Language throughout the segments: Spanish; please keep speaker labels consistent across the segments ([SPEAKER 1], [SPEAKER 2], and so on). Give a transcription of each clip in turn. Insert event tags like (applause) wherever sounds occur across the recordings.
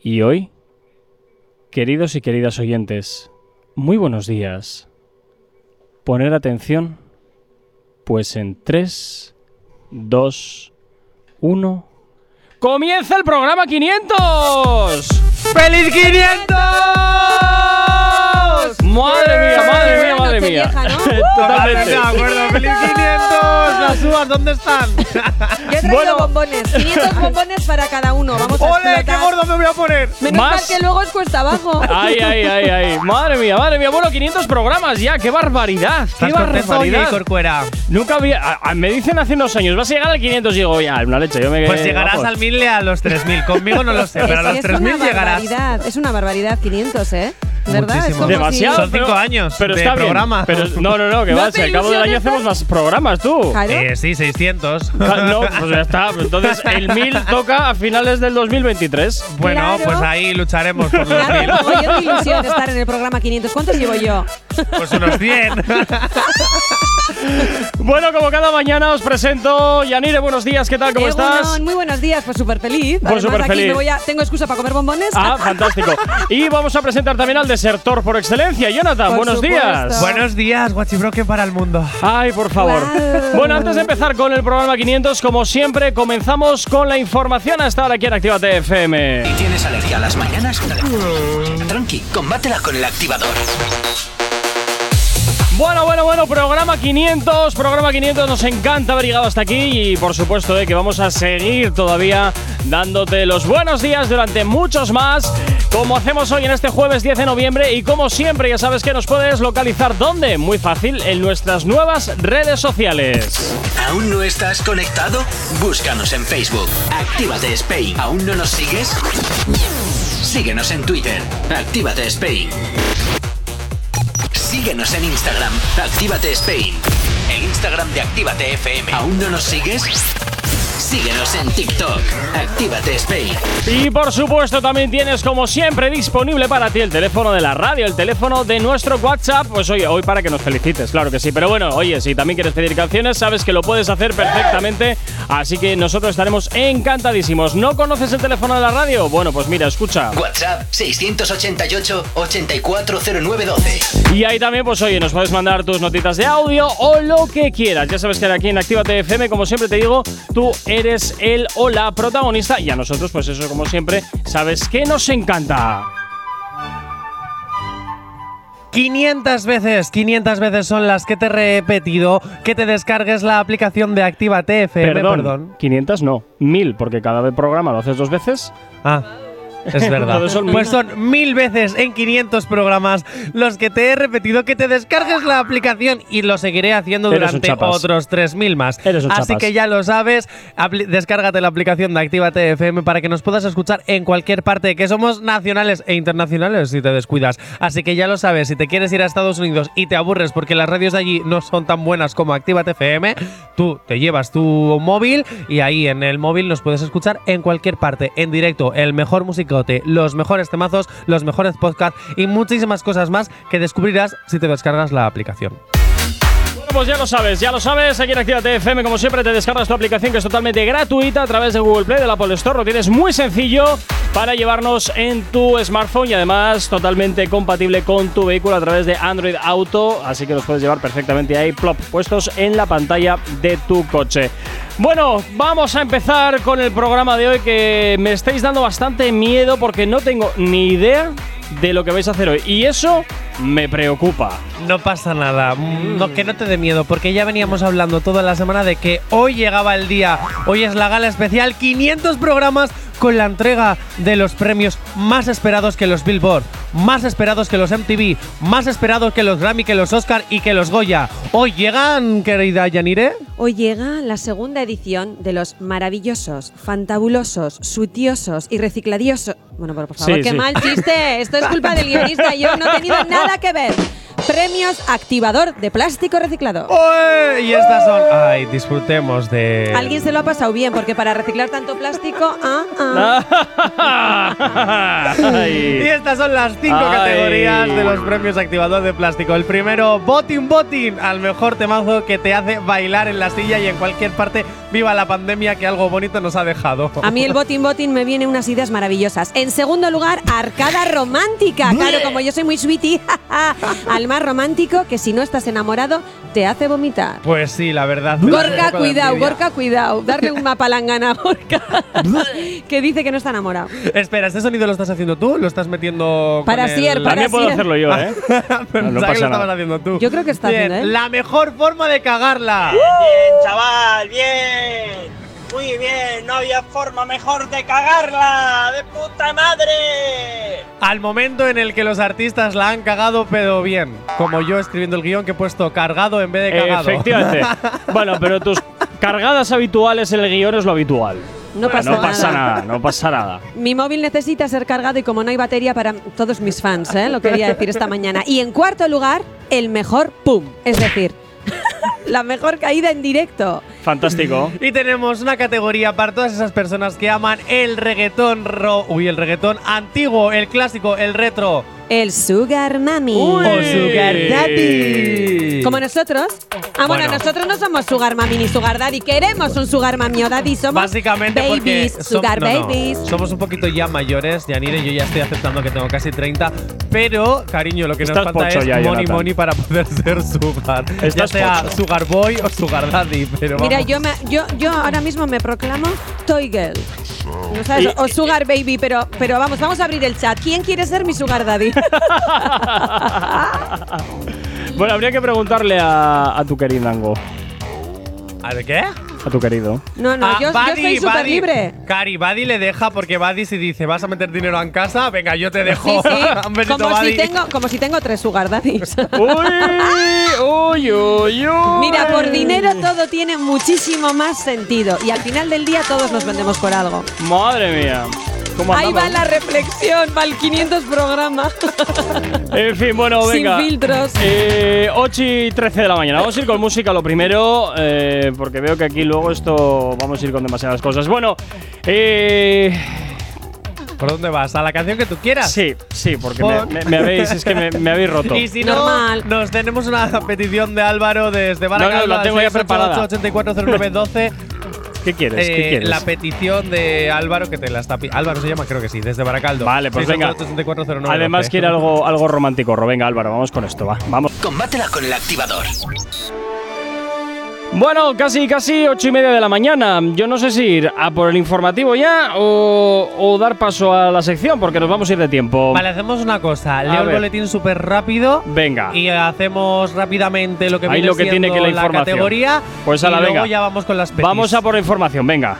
[SPEAKER 1] Y hoy, queridos y queridas oyentes, muy buenos días. Poner atención, pues en 3, 2, 1... ¡Comienza el programa 500! ¡Feliz 500! ¡Madre mía, madre mía, madre
[SPEAKER 2] Noche
[SPEAKER 1] mía! (laughs)
[SPEAKER 2] vieja, ¿no?
[SPEAKER 1] Totalmente.
[SPEAKER 3] Totalmente de acuerdo. ¡Feliz 500! ¡Las uvas, ¿dónde están?
[SPEAKER 2] Yo he traído
[SPEAKER 1] Bueno.
[SPEAKER 2] bombones,
[SPEAKER 1] (laughs)
[SPEAKER 2] 500 bombones para cada uno. Vamos a
[SPEAKER 3] ¡Ole, qué
[SPEAKER 2] explotar.
[SPEAKER 3] gordo me voy a poner!
[SPEAKER 2] Menos mal
[SPEAKER 1] Más.
[SPEAKER 2] que luego es cuesta abajo.
[SPEAKER 1] Ay, ay, ay, ay. Madre mía, madre mía. Bueno, 500 programas ya. ¡Qué barbaridad! ¡Qué barbaridad!
[SPEAKER 3] Corcuera?
[SPEAKER 2] Eh,
[SPEAKER 1] Nunca había. a- a- me dicen hace unos años, vas a llegar al 500 y digo, ya, una leche, yo me
[SPEAKER 3] Pues llegarás al 1000 y a los 3000. Conmigo no lo sé, pero a los
[SPEAKER 2] Pues es, es una
[SPEAKER 3] 3000 llegarás.
[SPEAKER 2] barbaridad, es una barbaridad, 500, ¿eh? ¿Verdad? Es
[SPEAKER 3] Muchísimo.
[SPEAKER 2] como
[SPEAKER 1] Demasiado.
[SPEAKER 3] Son
[SPEAKER 1] pero-
[SPEAKER 3] cinco años
[SPEAKER 1] Pero
[SPEAKER 3] de
[SPEAKER 1] está bien,
[SPEAKER 3] programa.
[SPEAKER 1] pero- no, no, no, que
[SPEAKER 2] ¿No
[SPEAKER 1] va, si
[SPEAKER 2] te
[SPEAKER 1] al cabo del año
[SPEAKER 2] ilusiones, ¿eh?
[SPEAKER 1] hacemos más programas, tú.
[SPEAKER 2] si- Claro.
[SPEAKER 3] Eh, sí,
[SPEAKER 2] (laughs)
[SPEAKER 3] 600.
[SPEAKER 2] Ah,
[SPEAKER 1] Ja, No, pues ya está. Entonces, el 1000 toca a finales del 2023.
[SPEAKER 3] (laughs) Bueno,
[SPEAKER 2] Claro.
[SPEAKER 3] pues ahí lucharemos por los 1000.
[SPEAKER 2] Claro, mogollón de ilusión estar en el programa 500. ¿Cuántos llevo yo?
[SPEAKER 3] Pues unos
[SPEAKER 2] (laughs)
[SPEAKER 3] 100.
[SPEAKER 1] Bueno, como cada mañana os presento, Yanire, buenos días, ¿qué tal? ¿Cómo
[SPEAKER 2] Egunon,
[SPEAKER 1] estás?
[SPEAKER 2] Eh, muy buenos días, pues súper feliz.
[SPEAKER 1] Pues superfeliz.
[SPEAKER 2] Tengo excusa para comer bombones.
[SPEAKER 1] Ah, fantástico. Y vamos a presentar también al desertor por excelencia, Jonathan,
[SPEAKER 2] Por
[SPEAKER 1] buenos
[SPEAKER 2] supuesto.
[SPEAKER 1] días.
[SPEAKER 3] Buenos días, guachibroque para el mundo.
[SPEAKER 1] Ay, por favor.
[SPEAKER 2] Guau.
[SPEAKER 1] Bueno, antes de empezar con el programa 500, como siempre, comenzamos con la información hasta ahora aquí en Actívate FM.
[SPEAKER 4] ¿Y tienes alergia a las mañanas? Tranqui, combátela con el activador.
[SPEAKER 1] Bueno, bueno, bueno, programa 500, programa 500, nos encanta haber llegado hasta aquí y por supuesto eh, que vamos a seguir todavía dándote los buenos días durante muchos más, como hacemos hoy en este jueves 10 de noviembre y como siempre ya sabes que nos puedes localizar dónde, muy fácil, en nuestras nuevas redes sociales.
[SPEAKER 4] ¿Aún no estás conectado? Búscanos en Facebook. Actívate Spain. ¿Aún no nos sigues? Síguenos en Twitter. Actívate Spain. Síguenos en Instagram. Actívate Spain. El Instagram de Actívate FM. ¿Aún no nos sigues? Síguenos en TikTok. Actívate Spain.
[SPEAKER 1] Y por supuesto también tienes como siempre disponible para ti el teléfono de la radio, el teléfono de nuestro WhatsApp. Pues oye, hoy para que nos felicites, claro que sí. Pero bueno, oye, si también quieres pedir canciones, sabes que lo puedes hacer perfectamente. Así que nosotros estaremos encantadísimos. ¿No conoces el teléfono de la radio? Bueno, pues mira, escucha.
[SPEAKER 4] WhatsApp 688 840912.
[SPEAKER 1] Y ahí también, pues oye, nos puedes mandar tus notitas de audio o lo que quieras. Ya sabes que aquí en Actívate FM, como siempre te digo, tú eres el o la protagonista. Y a nosotros, pues eso, como siempre, sabes que nos encanta.
[SPEAKER 3] 500 veces, 500 veces son las que te he repetido que te descargues la aplicación de Actívate FM.
[SPEAKER 1] Perdón,
[SPEAKER 3] perdón.
[SPEAKER 1] 500 no, 1000, porque cada vez programa lo haces dos veces.
[SPEAKER 3] Ah.
[SPEAKER 1] (laughs)
[SPEAKER 3] Es verdad.
[SPEAKER 1] Todos son mil.
[SPEAKER 3] pues son mil veces en 500 programas los que te he repetido que te descargues la aplicación y lo seguiré haciendo
[SPEAKER 1] Eres un
[SPEAKER 3] durante
[SPEAKER 1] chapas.
[SPEAKER 3] otros 3.000 más.
[SPEAKER 1] Eres un
[SPEAKER 3] Así
[SPEAKER 1] chapas.
[SPEAKER 3] que ya lo sabes, apli- descárgate la aplicación de Actívate FM para que nos puedas escuchar en cualquier parte, que somos nacionales e internacionales si te descuidas. Así que ya lo sabes, si te quieres ir a Estados Unidos y te aburres porque las radios de allí no son tan buenas como Actívate FM, tú te llevas tu móvil y ahí en el móvil nos puedes escuchar en cualquier parte, en directo, el mejor musicote, los mejores temazos, los mejores podcasts y muchísimas cosas más que descubrirás si te descargas la aplicación.
[SPEAKER 1] Bueno, pues ya lo sabes, ya lo sabes. Aquí en Actívate FM, como siempre, te descargas tu aplicación que es totalmente gratuita a través de Google Play, de la Apple Store. Lo tienes muy sencillo para llevarnos en tu smartphone y además totalmente compatible con tu vehículo a través de Android Auto. Así que los puedes llevar perfectamente ahí, plop, puestos en la pantalla de tu coche. Bueno, vamos a empezar con el programa de hoy que me estáis dando bastante miedo porque no tengo ni idea de lo que vais a hacer hoy. Y eso me preocupa.
[SPEAKER 3] No pasa nada, Mm, no, que no te dé miedo, porque ya veníamos hablando toda la semana de que hoy llegaba el día, hoy es la gala especial, 500 programas con la entrega de los premios más esperados que los Billboard, más esperados que los MTV, más esperados que los Grammy, que los Oscar y que los Goya. Hoy llegan, querida Yanire.
[SPEAKER 2] Hoy llega la segunda edición de los maravillosos, fantabulosos, sutiosos y recicladiosos. Bueno, pero por favor,
[SPEAKER 1] Sí,
[SPEAKER 2] qué
[SPEAKER 1] sí.
[SPEAKER 2] mal chiste. Esto es culpa del guionista. Yo no he tenido nada que ver. Premios Activador de Plástico Reciclado.
[SPEAKER 1] Oh.
[SPEAKER 3] ¡Oe! Y estas son... ¡Ay, disfrutemos de...
[SPEAKER 2] Alguien se lo ha pasado bien, porque para reciclar tanto plástico, ah, ah.
[SPEAKER 1] Ay.
[SPEAKER 3] Y estas son las cinco
[SPEAKER 1] Ay.
[SPEAKER 3] categorías de los premios activador de plástico. El primero, Botin Botin, al mejor temazo que te hace bailar en la silla y en cualquier parte. Viva la pandemia que algo bonito nos ha dejado.
[SPEAKER 2] A mí el botín botín me viene unas ideas maravillosas. En segundo lugar, arcada romántica. Claro, como yo soy muy sweetie, (laughs) al más romántico que si no estás enamorado te hace vomitar.
[SPEAKER 3] Pues sí, la verdad. me da un
[SPEAKER 2] Gorka,
[SPEAKER 3] poco de
[SPEAKER 2] cuidado,
[SPEAKER 3] envidia.
[SPEAKER 2] Gorka, cuidado. Darle una palangana a Gorka, que dice que no está enamorado.
[SPEAKER 3] Espera, ¿este sonido lo estás haciendo tú? ¿Lo estás metiendo
[SPEAKER 2] Para
[SPEAKER 3] con
[SPEAKER 2] Sier,
[SPEAKER 3] el- (laughs)
[SPEAKER 2] para
[SPEAKER 1] También puedo
[SPEAKER 2] sí.
[SPEAKER 1] hacerlo yo, ¿eh?
[SPEAKER 3] Pensaba
[SPEAKER 1] No,
[SPEAKER 3] que
[SPEAKER 1] no
[SPEAKER 3] lo
[SPEAKER 1] pasa
[SPEAKER 3] estabas
[SPEAKER 1] nada.
[SPEAKER 3] haciendo tú.
[SPEAKER 2] Yo creo que está
[SPEAKER 3] Bien,
[SPEAKER 2] haciendo, ¿eh?
[SPEAKER 3] La mejor forma de cagarla.
[SPEAKER 5] Bien, chaval, bien. Muy bien, no había forma mejor de cagarla. ¡De puta madre!
[SPEAKER 3] Al momento en el que los artistas la han cagado, pero bien. Como yo escribiendo el guión que he puesto cargado en vez de cagado.
[SPEAKER 1] Efectivamente. bueno, pero tus cargadas habituales en el guión es lo habitual.
[SPEAKER 2] No pasa
[SPEAKER 1] no pasa
[SPEAKER 2] nada.
[SPEAKER 1] nada, no pasa nada.
[SPEAKER 2] Mi móvil necesita ser cargado y como no hay batería para todos mis fans, ¿eh? lo quería decir esta mañana. Y en cuarto lugar, el mejor pum, es decir, (laughs) la mejor caída en directo.
[SPEAKER 1] Fantástico.
[SPEAKER 3] Y tenemos una categoría para todas esas personas que aman el reggaetón ro uy, el reggaetón antiguo, el clásico, el retro.
[SPEAKER 2] El Sugar Mami.
[SPEAKER 1] Uy.
[SPEAKER 3] O Sugar Daddy.
[SPEAKER 2] Como nosotros. Ah, bueno,
[SPEAKER 1] Bueno.
[SPEAKER 2] nosotros no somos Sugar Mami ni Sugar Daddy. Queremos un Sugar Mami o Daddy. Somos
[SPEAKER 3] Básicamente porque
[SPEAKER 2] babies,
[SPEAKER 3] som-
[SPEAKER 2] Sugar
[SPEAKER 3] no, no,
[SPEAKER 2] Babies.
[SPEAKER 3] somos un poquito ya mayores, Yanire, yo ya estoy aceptando que tengo casi 30, pero cariño, lo que
[SPEAKER 1] Estás
[SPEAKER 3] nos falta
[SPEAKER 1] pocho
[SPEAKER 3] es
[SPEAKER 1] ya,
[SPEAKER 3] money
[SPEAKER 1] Jonathan.
[SPEAKER 3] money para poder (laughs) ser sugar, ya
[SPEAKER 1] Estás
[SPEAKER 3] sea
[SPEAKER 1] pocho.
[SPEAKER 3] sugar boy o sugar daddy, pero
[SPEAKER 2] Mira,
[SPEAKER 3] vamos.
[SPEAKER 2] yo, me- yo, yo ahora mismo me proclamo Toy Girl. No sabes,
[SPEAKER 1] Y-
[SPEAKER 2] o Sugar Baby, pero, pero vamos, vamos a abrir el chat. ¿Quién quiere ser mi
[SPEAKER 3] (laughs)
[SPEAKER 2] Sugar Daddy?
[SPEAKER 1] Bueno, habría que preguntarle a, a tu querido Ango,
[SPEAKER 3] ¿A de qué?
[SPEAKER 1] a tu querido.
[SPEAKER 2] No, no,
[SPEAKER 3] Ah,
[SPEAKER 2] yo, yo
[SPEAKER 3] Buddy,
[SPEAKER 2] soy súper
[SPEAKER 3] Buddy.
[SPEAKER 2] libre.
[SPEAKER 3] Cari, Buddy le deja porque Buddy si dice, ¿vas a meter dinero en casa? Venga, yo te dejo. (laughs)
[SPEAKER 2] Sí,
[SPEAKER 3] Un
[SPEAKER 2] sí.
[SPEAKER 3] besito,
[SPEAKER 2] como,
[SPEAKER 3] Buddy.
[SPEAKER 2] si tengo, como si tengo tres
[SPEAKER 3] (laughs)
[SPEAKER 2] Sugar Daddies.
[SPEAKER 1] ¡Uy! ¡Uy, uy, uy!
[SPEAKER 2] Mira, por dinero todo tiene muchísimo más sentido. Y al final del día todos nos vendemos por algo.
[SPEAKER 1] ¡Madre mía! ¿Cómo
[SPEAKER 2] Ahí va
[SPEAKER 1] andamos?
[SPEAKER 2] la reflexión, va el 500 programa.
[SPEAKER 1] En fin, bueno,
[SPEAKER 2] Sin
[SPEAKER 1] venga.
[SPEAKER 2] filtros.
[SPEAKER 1] Eh, 8 y 13 de la mañana. Vamos a ir con música lo primero, eh, porque veo que aquí luego esto vamos a ir con demasiadas cosas. Bueno, eh,
[SPEAKER 3] ¿Por dónde vas? ¿A la canción que tú quieras?
[SPEAKER 1] sí, sí, porque me,
[SPEAKER 3] Por-
[SPEAKER 1] me- me habéis, es que me, me habéis roto.
[SPEAKER 3] Y si no,
[SPEAKER 2] Normal.
[SPEAKER 3] nos tenemos una petición de Álvaro desde
[SPEAKER 1] No, no,
[SPEAKER 3] Baracaldo
[SPEAKER 1] la tengo ya preparada. (laughs)
[SPEAKER 3] 840912.
[SPEAKER 1] ¿Qué quieres? ¿Qué
[SPEAKER 3] Eh,
[SPEAKER 1] quieres?
[SPEAKER 3] La petición de Álvaro que te la está pi- Álvaro se llama, creo que sí, desde Baracaldo.
[SPEAKER 1] Vale, pues venga.
[SPEAKER 3] 688-840912.
[SPEAKER 1] Además
[SPEAKER 3] (laughs)
[SPEAKER 1] quiere algo, algo romántico. Venga, Álvaro, vamos con esto, va. Vamos.
[SPEAKER 4] Combátela con el activador.
[SPEAKER 1] Bueno, casi, casi ocho y media de la mañana. Yo no sé si ir a por el informativo ya o, o dar paso a la sección, porque nos vamos a ir de tiempo.
[SPEAKER 3] Vale, hacemos una cosa. Leo el
[SPEAKER 1] ver.
[SPEAKER 3] boletín súper rápido.
[SPEAKER 1] Venga.
[SPEAKER 3] Y hacemos rápidamente lo que
[SPEAKER 1] Ahí
[SPEAKER 3] viene
[SPEAKER 1] lo que tiene
[SPEAKER 3] siendo
[SPEAKER 1] que la información.
[SPEAKER 3] categoría.
[SPEAKER 1] Pues ala,
[SPEAKER 3] y luego
[SPEAKER 1] venga.
[SPEAKER 3] ya vamos con las petis.
[SPEAKER 1] Vamos a por la información, venga.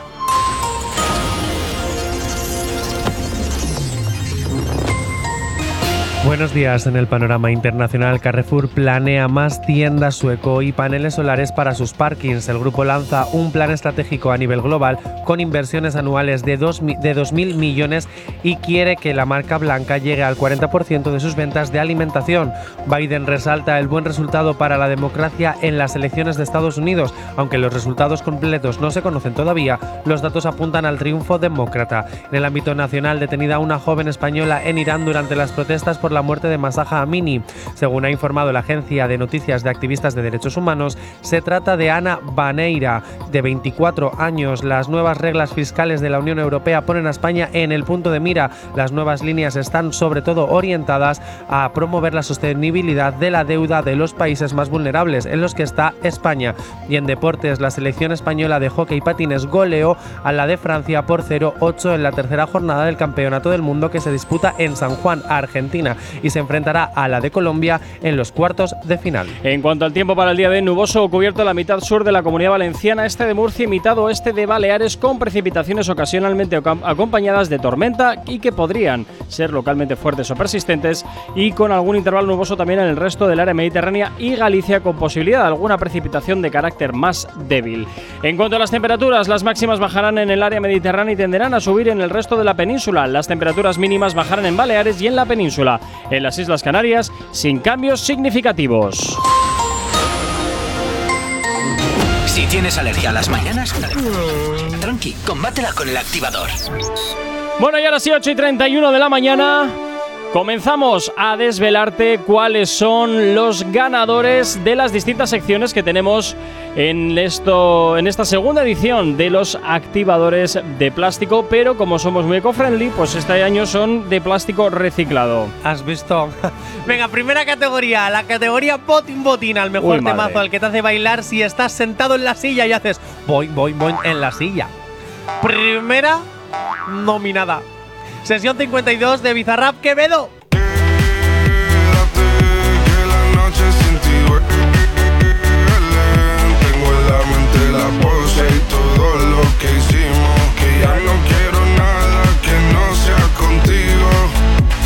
[SPEAKER 3] Buenos días. En el panorama internacional, Carrefour planea más tiendas sueco y paneles solares para sus parkings. El grupo lanza un plan estratégico a nivel global con inversiones anuales de 2.000 de 2.000 millones y quiere que la marca blanca llegue al 40% de sus ventas de alimentación. Biden resalta el buen resultado para la democracia en las elecciones de Estados Unidos. Aunque los resultados completos no se conocen todavía, los datos apuntan al triunfo demócrata. En el ámbito nacional, detenida una joven española en Irán durante las protestas por la muerte de Masaha Amini. Según ha informado la agencia de noticias de activistas de derechos humanos, se trata de Ana Baneira, de 24 años. Las nuevas reglas fiscales de la Unión Europea ponen a España en el punto de mira. Las nuevas líneas están sobre todo orientadas a promover la sostenibilidad de la deuda de los países más vulnerables, en los que está España. Y en deportes, la selección española de hockey y patines goleó a la de Francia por 0-8 en la tercera jornada del Campeonato del Mundo que se disputa en San Juan, Argentina, y se enfrentará a la de Colombia en los cuartos de final.
[SPEAKER 1] En cuanto al tiempo para el día de hoy, nuboso o cubierto en la mitad sur de la comunidad valenciana, este de Murcia y mitad oeste de Baleares, con precipitaciones ocasionalmente ocam- acompañadas de tormenta y que podrían ser localmente fuertes o persistentes, y con algún intervalo nuboso también en el resto del área mediterránea y Galicia, con posibilidad de alguna precipitación de carácter más débil. En cuanto a las temperaturas, las máximas bajarán en el área mediterránea y tenderán a subir en el resto de la península. Las temperaturas mínimas bajarán en Baleares y en la península. En las Islas Canarias, sin cambios significativos.
[SPEAKER 4] Si tienes alergia a las mañanas, tranqui, combátela con el activador.
[SPEAKER 1] Bueno, y ahora sí, 8 y 31 de la mañana. Comenzamos a desvelarte cuáles son los ganadores de las distintas secciones que tenemos en, esto, en esta segunda edición de los activadores de plástico, pero como somos muy eco-friendly, pues este año son de plástico reciclado.
[SPEAKER 3] Has visto. (laughs) Venga, primera categoría, la categoría botín botín, al mejor
[SPEAKER 1] Uy, madre.
[SPEAKER 3] temazo, al que te hace bailar si estás sentado en la silla y haces boing, boing, boing en la silla. Primera nominada. Sesión 52 de Bizarrap Quevedo.
[SPEAKER 6] la pegué la noche sin ti duele. Tengo en la mente la pose y todo lo que hicimos Que ya no quiero nada que no sea contigo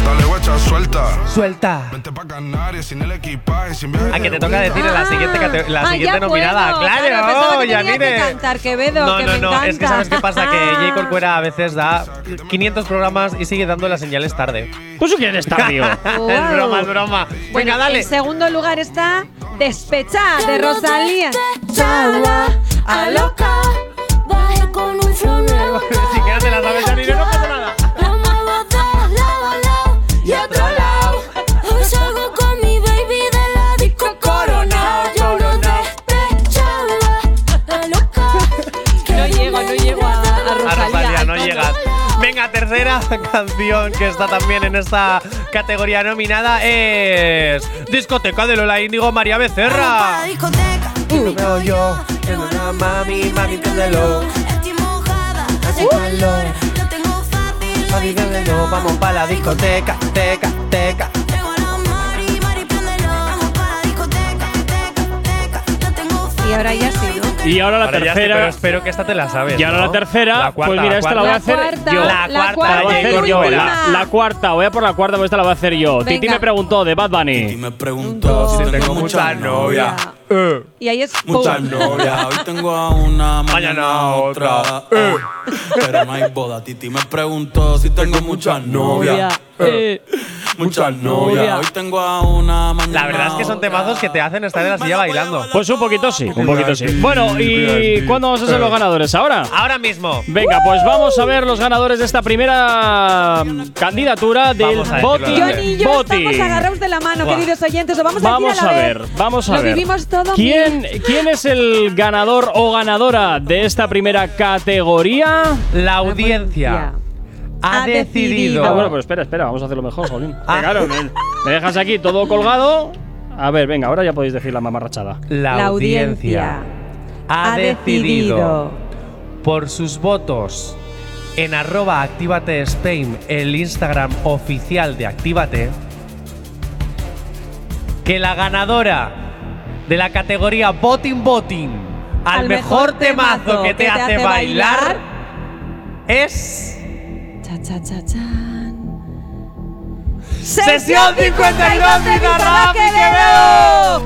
[SPEAKER 6] Dale guacha, suelta
[SPEAKER 3] Suelta.
[SPEAKER 6] Vente pa' Canarias sin el equipaje, sin viaje
[SPEAKER 3] A Ah, que
[SPEAKER 6] de
[SPEAKER 3] te toca
[SPEAKER 6] vuelta.
[SPEAKER 3] decir en la siguiente, cate- la
[SPEAKER 2] Ah,
[SPEAKER 3] siguiente
[SPEAKER 2] ya
[SPEAKER 3] nominada.
[SPEAKER 2] puedo.
[SPEAKER 3] Claro,
[SPEAKER 2] Claro, pensaba que tenía
[SPEAKER 3] Yanine.
[SPEAKER 2] que cantar Quevedo,
[SPEAKER 3] no,
[SPEAKER 2] que
[SPEAKER 3] no,
[SPEAKER 2] me
[SPEAKER 3] no. Es que
[SPEAKER 2] encanta.
[SPEAKER 3] sabes qué pasa, que J. Corcuera a veces da 500 programas y sigue dando las señales tarde. (laughs)
[SPEAKER 1] ¿Tú sí que eres tardío?
[SPEAKER 3] es broma, es broma. Venga,
[SPEAKER 2] Bueno,
[SPEAKER 3] dale.
[SPEAKER 2] En segundo lugar está Despechá de Rosalía.
[SPEAKER 7] a loca. Bajé con un flow nuevo.
[SPEAKER 3] Ni siquiera te la sabes, Janine, no pasa nada.
[SPEAKER 7] La muevo dos lado a lado y otro lado. Hoy salgo con mi baby de la disco Corona. Yo no despechaba a loca.
[SPEAKER 2] No llego, no llego a, a
[SPEAKER 3] A
[SPEAKER 2] Rosalía.
[SPEAKER 3] Rosalía
[SPEAKER 2] al
[SPEAKER 3] no
[SPEAKER 2] tope.
[SPEAKER 3] llegas. Venga, tercera (laughs) canción que está también en esta categoría nominada es Discoteca de Lola Índigo María Becerra.
[SPEAKER 7] discoteca.
[SPEAKER 3] Uh, veo yo en una mami, mami, prendelo.
[SPEAKER 7] Estoy mojada, hace
[SPEAKER 3] Uh.
[SPEAKER 7] calor. Lo tengo fácil, lo
[SPEAKER 3] Mami, prendelo, vamos para la discoteca, teca, teca.
[SPEAKER 7] Traigo a la Mari, Mari, préndelo. Vamos para la discoteca, teca, teca. Lo tengo fácil,
[SPEAKER 2] Y ahora ya sí, ¿no?
[SPEAKER 1] Y ahora la
[SPEAKER 3] Ahora ya sí, pero
[SPEAKER 1] tercera.
[SPEAKER 3] espero que esta te la sabes.
[SPEAKER 1] Y ahora
[SPEAKER 3] ¿no?
[SPEAKER 1] la tercera, pues mira, esta la voy a
[SPEAKER 2] La
[SPEAKER 1] hacer
[SPEAKER 2] cuarta,
[SPEAKER 1] yo.
[SPEAKER 3] La cuarta,
[SPEAKER 1] La voy a
[SPEAKER 3] Jay
[SPEAKER 1] hacer yo,
[SPEAKER 3] Corcuera.
[SPEAKER 1] la, la cuarta, voy a por la cuarta, pues esta la voy a hacer yo. Titi
[SPEAKER 2] Venga.
[SPEAKER 1] me preguntó de Bad
[SPEAKER 8] Y
[SPEAKER 1] Bunny.
[SPEAKER 8] me preguntó
[SPEAKER 2] Si
[SPEAKER 3] tengo
[SPEAKER 8] si tengo
[SPEAKER 3] mucha
[SPEAKER 8] muchas novias.
[SPEAKER 2] Y ahí es.
[SPEAKER 8] Muchas
[SPEAKER 2] ¡pum!
[SPEAKER 8] novias. Hoy tengo a (laughs) una, mañana a
[SPEAKER 3] otra.
[SPEAKER 8] otra. eh. Pero no hay boda. Titi me preguntó si tengo muchas novias.
[SPEAKER 1] Eh.
[SPEAKER 8] Muchas novias. Hoy tengo a una, mañana
[SPEAKER 3] La verdad es que son temazos que te hacen estar en la silla bailando.
[SPEAKER 1] Pues un poquito sí, un poquito sí. Bueno, ¿y cuándo vamos a ser los ganadores? ¿Ahora?
[SPEAKER 3] Ahora mismo.
[SPEAKER 1] Venga, pues vamos a ver los ganadores de esta primera mm, candidatura del
[SPEAKER 3] Vamos a decirlo,
[SPEAKER 1] Boti.
[SPEAKER 3] dale.
[SPEAKER 2] Johnny y yo estamos
[SPEAKER 1] Boti.
[SPEAKER 2] agarrados de la mano,
[SPEAKER 3] Buah.
[SPEAKER 2] queridos oyentes. Lo vamos,
[SPEAKER 1] Vamos
[SPEAKER 2] a decir
[SPEAKER 1] a
[SPEAKER 2] a la vez.
[SPEAKER 1] ver, vamos a
[SPEAKER 2] Lo
[SPEAKER 1] ver.
[SPEAKER 2] vivimos todo.
[SPEAKER 1] ¿Quién, ¿Quién es el ganador o ganadora de esta primera categoría? Ah,
[SPEAKER 3] La
[SPEAKER 2] Ya.
[SPEAKER 3] audiencia ha
[SPEAKER 2] Ha decidido.
[SPEAKER 3] decidido.
[SPEAKER 1] Ah, bueno, pero espera, espera, vamos a hacerlo mejor, Jolín.
[SPEAKER 3] Ah.
[SPEAKER 1] Claro, me, me dejas aquí todo colgado. A ver, venga, ahora ya podéis decir la mamarrachada.
[SPEAKER 3] La audiencia ha
[SPEAKER 2] ha
[SPEAKER 3] decidido
[SPEAKER 2] decidido.
[SPEAKER 3] por sus votos en arroba Actívate Spain, el Instagram oficial de Actívate, que la ganadora de la categoría Voting Voting al,
[SPEAKER 2] Al
[SPEAKER 3] mejor
[SPEAKER 2] mejor
[SPEAKER 3] temazo que te, hace, bailar,
[SPEAKER 2] bailar
[SPEAKER 3] es
[SPEAKER 2] Cha, cha, cha, chan.
[SPEAKER 3] Sesión 52 de Bizarrap y Quevedo.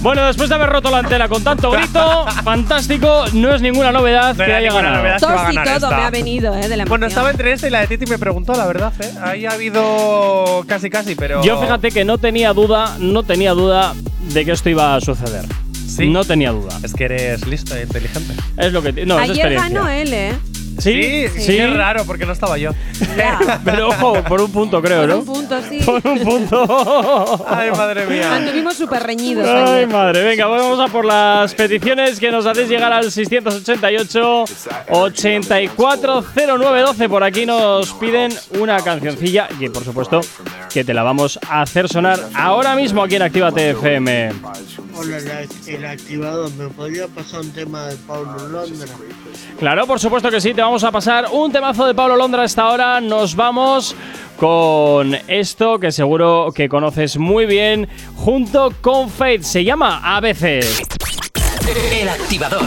[SPEAKER 1] Bueno, después de haber roto la antena con tanto grito,
[SPEAKER 3] (laughs)
[SPEAKER 1] fantástico, no es ninguna novedad
[SPEAKER 3] No
[SPEAKER 1] que
[SPEAKER 3] era
[SPEAKER 1] haya
[SPEAKER 3] ninguna
[SPEAKER 1] ganado.
[SPEAKER 3] novedad. Se va a
[SPEAKER 2] Tos y
[SPEAKER 3] ganar
[SPEAKER 2] todo
[SPEAKER 3] esta.
[SPEAKER 2] me ha venido, ¿eh? De la
[SPEAKER 3] Bueno,
[SPEAKER 2] emoción.
[SPEAKER 3] estaba entre esta y la de Titi me preguntó, la verdad, ¿eh? Ahí ha habido casi casi, pero…
[SPEAKER 1] Yo fíjate que no tenía duda, no tenía duda de que esto iba a suceder.
[SPEAKER 3] Sí.
[SPEAKER 1] No tenía duda.
[SPEAKER 3] Es que eres lista e inteligente.
[SPEAKER 1] Es lo que ti- no, es
[SPEAKER 2] Ayer
[SPEAKER 1] experiencia.
[SPEAKER 2] ganó él, ¿eh?
[SPEAKER 1] Sí, sí.
[SPEAKER 3] es raro porque no estaba yo.
[SPEAKER 2] Ya.
[SPEAKER 1] Pero ojo, por un punto creo,
[SPEAKER 2] Por
[SPEAKER 1] ¿no?
[SPEAKER 2] un punto, sí.
[SPEAKER 1] Por un punto.
[SPEAKER 3] (laughs) Ay, madre mía.
[SPEAKER 2] Anduvimos súper reñidos.
[SPEAKER 1] Ay,
[SPEAKER 2] ayer.
[SPEAKER 1] madre, venga, pues vamos a por las peticiones que nos hacéis llegar al 688 840912. Por aquí nos piden una cancioncilla y, por supuesto, que te la vamos a hacer sonar ahora mismo aquí en Actívate FM.
[SPEAKER 9] Hola, la- el activador. ¿Me podría pasar un tema de Pablo Londra?
[SPEAKER 1] Claro, por supuesto que sí, te vamos a pasar un temazo de Pablo Londra a esta hora. Nos vamos con esto que seguro que conoces muy bien, junto con Faith. Se llama A veces.
[SPEAKER 4] El activador.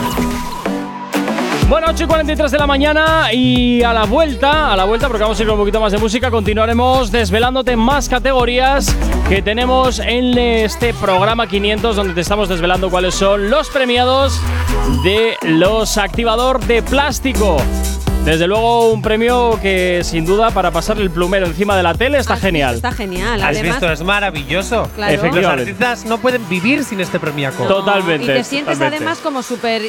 [SPEAKER 1] Bueno, 8 y 43 de la mañana y a la vuelta, a la vuelta, porque vamos a ir con un poquito más de música, continuaremos desvelándote más categorías que tenemos en este programa 500, donde te estamos desvelando cuáles son los premiados de los activador de plástico. Desde luego un premio que sin duda para pasar el plumero encima de la tele está
[SPEAKER 2] Has
[SPEAKER 1] genial.
[SPEAKER 2] visto, Está genial.
[SPEAKER 3] ¿Has
[SPEAKER 2] Además,
[SPEAKER 3] visto? Es maravilloso.
[SPEAKER 2] Claro.
[SPEAKER 3] Los
[SPEAKER 1] Efectivamente.
[SPEAKER 3] artistas no pueden vivir sin este premiaco.
[SPEAKER 1] Totalmente.
[SPEAKER 2] Y te sientes
[SPEAKER 1] totalmente.
[SPEAKER 2] además como súper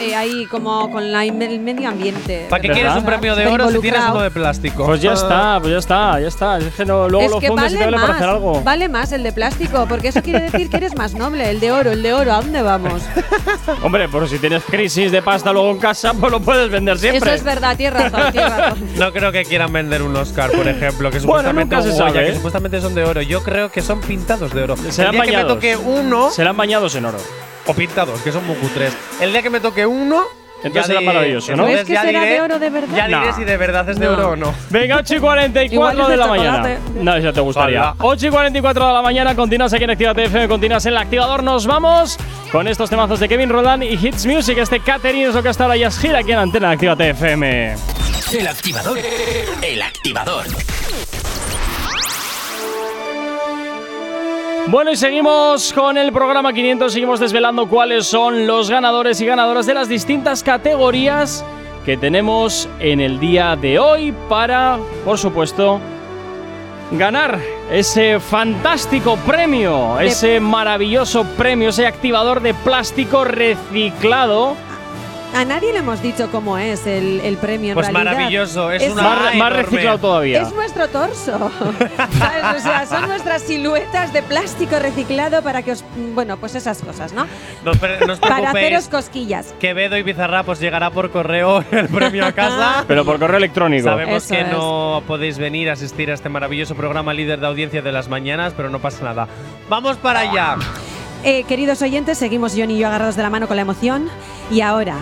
[SPEAKER 2] eh, ahí, como con la, el medio ambiente.
[SPEAKER 3] ¿Para qué
[SPEAKER 1] ¿Verdad?
[SPEAKER 3] quieres un premio de
[SPEAKER 2] Está
[SPEAKER 3] oro si tienes
[SPEAKER 2] involucrado.
[SPEAKER 3] uno de plástico?
[SPEAKER 1] Pues ya está, pues ya está, ya está. Es que no- luego
[SPEAKER 2] es
[SPEAKER 1] lo
[SPEAKER 2] que
[SPEAKER 1] fundes y te vale
[SPEAKER 2] vale más,
[SPEAKER 1] para hacer algo.
[SPEAKER 2] vale más el de plástico, porque eso quiere decir que eres más noble. El de oro, el de oro, ¿a dónde vamos?
[SPEAKER 3] (laughs)
[SPEAKER 1] Hombre, por si tienes crisis de pasta luego en casa, pues lo puedes vender
[SPEAKER 2] Eso
[SPEAKER 1] siempre.
[SPEAKER 2] es verdad, tienes razón, tienes razón.
[SPEAKER 3] No creo que quieran vender un Oscar, por ejemplo, que
[SPEAKER 1] Bueno,
[SPEAKER 3] supuestamente,
[SPEAKER 1] nunca se
[SPEAKER 3] Goya,
[SPEAKER 1] sabe,
[SPEAKER 3] que
[SPEAKER 1] ¿eh?
[SPEAKER 3] supuestamente son de oro. Yo creo que son pintados de oro.
[SPEAKER 1] Serán
[SPEAKER 3] el día que me
[SPEAKER 1] bañados.
[SPEAKER 3] toque uno,
[SPEAKER 1] Serán bañados en oro.
[SPEAKER 3] o pintados, que son muy cutres. El día que me toque uno,
[SPEAKER 1] Entonces
[SPEAKER 3] ya
[SPEAKER 1] será
[SPEAKER 3] di-
[SPEAKER 1] maravilloso, ¿no?
[SPEAKER 3] entonces
[SPEAKER 2] ¿Crees que
[SPEAKER 3] ya
[SPEAKER 2] será de
[SPEAKER 3] diré-
[SPEAKER 2] oro de verdad?
[SPEAKER 3] Ya diré
[SPEAKER 1] No.
[SPEAKER 3] si de verdad es de
[SPEAKER 2] No.
[SPEAKER 3] oro o no.
[SPEAKER 1] Venga, 8 y
[SPEAKER 2] Igual
[SPEAKER 1] 44
[SPEAKER 2] es
[SPEAKER 1] de
[SPEAKER 2] de
[SPEAKER 1] la mañana.
[SPEAKER 2] chocolate.
[SPEAKER 1] No, ya te gustaría.
[SPEAKER 3] Ojalá.
[SPEAKER 1] 8 y 44 de la mañana, continúas aquí en Actívate FM, continúas en el activador. Nos vamos con estos temazos de Kevin Roland y Hits Music. Este catering es lo que hasta ahora ya es gira aquí en Antena Actívate FM.
[SPEAKER 4] El activador. El activador.
[SPEAKER 1] Bueno, y seguimos con el programa 500, seguimos desvelando cuáles son los ganadores y ganadoras de las distintas categorías que tenemos en el día de hoy para, por supuesto, ganar ese fantástico premio, ese maravilloso premio, ese activador de plástico reciclado.
[SPEAKER 2] A nadie le hemos dicho cómo es el, el premio en
[SPEAKER 3] Pues
[SPEAKER 2] realidad.
[SPEAKER 3] maravilloso, es una-
[SPEAKER 1] Más,
[SPEAKER 3] Ay,
[SPEAKER 1] más
[SPEAKER 3] enorme.
[SPEAKER 1] reciclado todavía.
[SPEAKER 2] Es nuestro torso. (laughs) ¿Sabes? O sea, son nuestras siluetas de plástico reciclado para que os. Bueno, pues esas cosas, ¿no?
[SPEAKER 3] No, os pre- no os
[SPEAKER 2] Para haceros
[SPEAKER 3] preocupéis.
[SPEAKER 2] cosquillas.
[SPEAKER 3] Quevedo y Bizarra pues llegará por correo (laughs) el premio a casa.
[SPEAKER 1] Pero por correo electrónico.
[SPEAKER 3] Sabemos
[SPEAKER 2] Eso
[SPEAKER 3] que
[SPEAKER 2] es.
[SPEAKER 3] no podéis venir a asistir a este maravilloso programa líder de audiencia de las mañanas, pero no pasa nada. Vamos para allá.
[SPEAKER 2] Eh, queridos oyentes, seguimos John y yo agarrados de la mano con la emoción. Y ahora,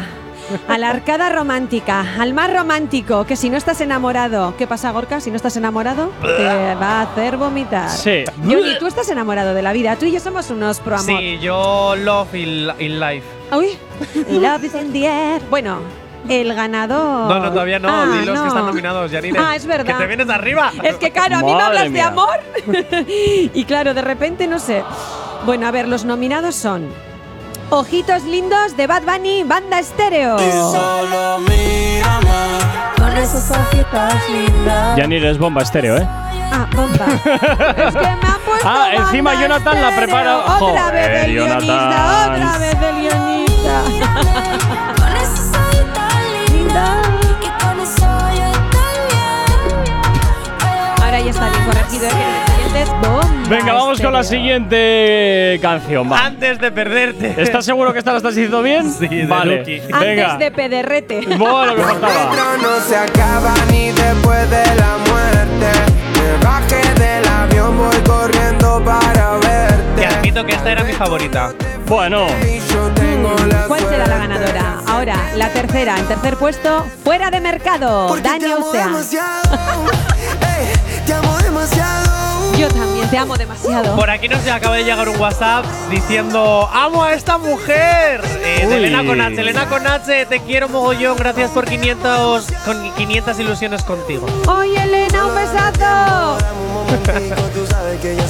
[SPEAKER 2] a la arcada romántica, al más romántico, que si no estás enamorado, ¿qué pasa, Gorka? Si no estás enamorado, te va a hacer vomitar.
[SPEAKER 1] Sí.
[SPEAKER 2] Johnny, tú estás enamorado de la vida. Tú y yo somos unos pro amor.
[SPEAKER 3] Sí, yo love in, in life. (laughs)
[SPEAKER 2] Uy, love is in the air. Bueno, el ganador.
[SPEAKER 3] No, no, todavía no.
[SPEAKER 2] Ah,
[SPEAKER 3] Di los
[SPEAKER 2] no.
[SPEAKER 3] que están nominados, Janine.
[SPEAKER 2] Ah, es verdad.
[SPEAKER 3] Que te vienes de arriba.
[SPEAKER 2] Es que claro, a mí me
[SPEAKER 1] Madre
[SPEAKER 2] hablas de
[SPEAKER 1] mía.
[SPEAKER 2] amor. (laughs) y claro, de repente no sé. Bueno, a ver, los nominados son Ojitos lindos de Bad Bunny, Banda Estéreo.
[SPEAKER 1] Oh.
[SPEAKER 8] Solo mírame.
[SPEAKER 7] Con esas ojitas lindas.
[SPEAKER 1] Ya ni eres bomba estéreo, ¿eh?
[SPEAKER 2] Ah, bomba. es que me ha puesto
[SPEAKER 1] Ah, encima
[SPEAKER 2] Banda
[SPEAKER 1] Jonathan la
[SPEAKER 2] Estéreo.
[SPEAKER 1] prepara-
[SPEAKER 2] Otra vez
[SPEAKER 1] Joder,
[SPEAKER 2] el guionista,
[SPEAKER 1] Jonathan.
[SPEAKER 2] otra vez el (laughs) guionista.
[SPEAKER 7] Con esas ojitas lindas. Y con eso yo también.
[SPEAKER 2] Ahora ya está bien corregido. ¿eh? Queridos oyentes, Bomba
[SPEAKER 1] Venga, vamos con la
[SPEAKER 2] Estéreo.
[SPEAKER 1] siguiente canción. va.
[SPEAKER 3] Antes de perderte.
[SPEAKER 1] ¿Estás seguro que esta la estás diciendo bien?
[SPEAKER 3] Sí, de
[SPEAKER 1] vale.
[SPEAKER 3] Lucky.
[SPEAKER 1] Venga.
[SPEAKER 2] Antes de pederrete.
[SPEAKER 1] Bueno, que faltaba.
[SPEAKER 10] no se acaba ni después de la muerte. Me bajé del avión, voy corriendo para
[SPEAKER 3] Te
[SPEAKER 10] verte.
[SPEAKER 3] admito que esta era mi favorita.
[SPEAKER 1] Bueno,
[SPEAKER 10] Y yo tengo la
[SPEAKER 2] ¿Cuál será la
[SPEAKER 10] suerte
[SPEAKER 2] ganadora? Ahora, la tercera, en tercer puesto, fuera de mercado,
[SPEAKER 10] Porque te
[SPEAKER 2] Dani
[SPEAKER 10] amo
[SPEAKER 2] Osea.
[SPEAKER 10] demasiado. (laughs) Ey, te amo demasiado.
[SPEAKER 2] Yo también te amo demasiado.
[SPEAKER 3] Por aquí nos acaba de llegar un WhatsApp diciendo ¡Amo a esta mujer! Eh, de
[SPEAKER 1] Uy.
[SPEAKER 3] Elena con H, Elena con H, te quiero mogollón, gracias por 500, con 500 ilusiones contigo.
[SPEAKER 2] ¡Oye, Elena, un besazo!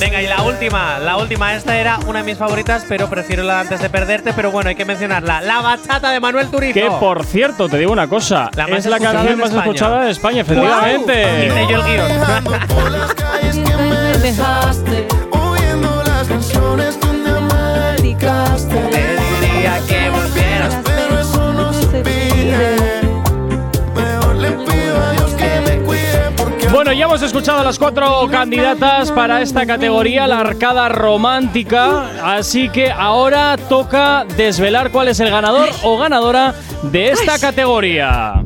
[SPEAKER 3] Venga, y la última, la última, esta era una de mis favoritas, pero prefiero la de antes de perderte, pero bueno, hay que mencionarla. La bachata de Manuel Turizo.
[SPEAKER 1] que por cierto, te digo una cosa.
[SPEAKER 3] La más
[SPEAKER 1] es la
[SPEAKER 3] escuchada
[SPEAKER 1] canción
[SPEAKER 3] en
[SPEAKER 1] más
[SPEAKER 3] España.
[SPEAKER 1] escuchada de España,
[SPEAKER 3] Hice
[SPEAKER 1] efectivamente.
[SPEAKER 3] yo el guión.
[SPEAKER 1] (laughs)
[SPEAKER 3] Te diría
[SPEAKER 2] (laughs)
[SPEAKER 3] que volvieras.
[SPEAKER 1] Bueno, ya hemos escuchado a las cuatro candidatas para esta categoría, la arcada romántica. Así que ahora toca desvelar cuál es el ganador o ganadora de esta categoría.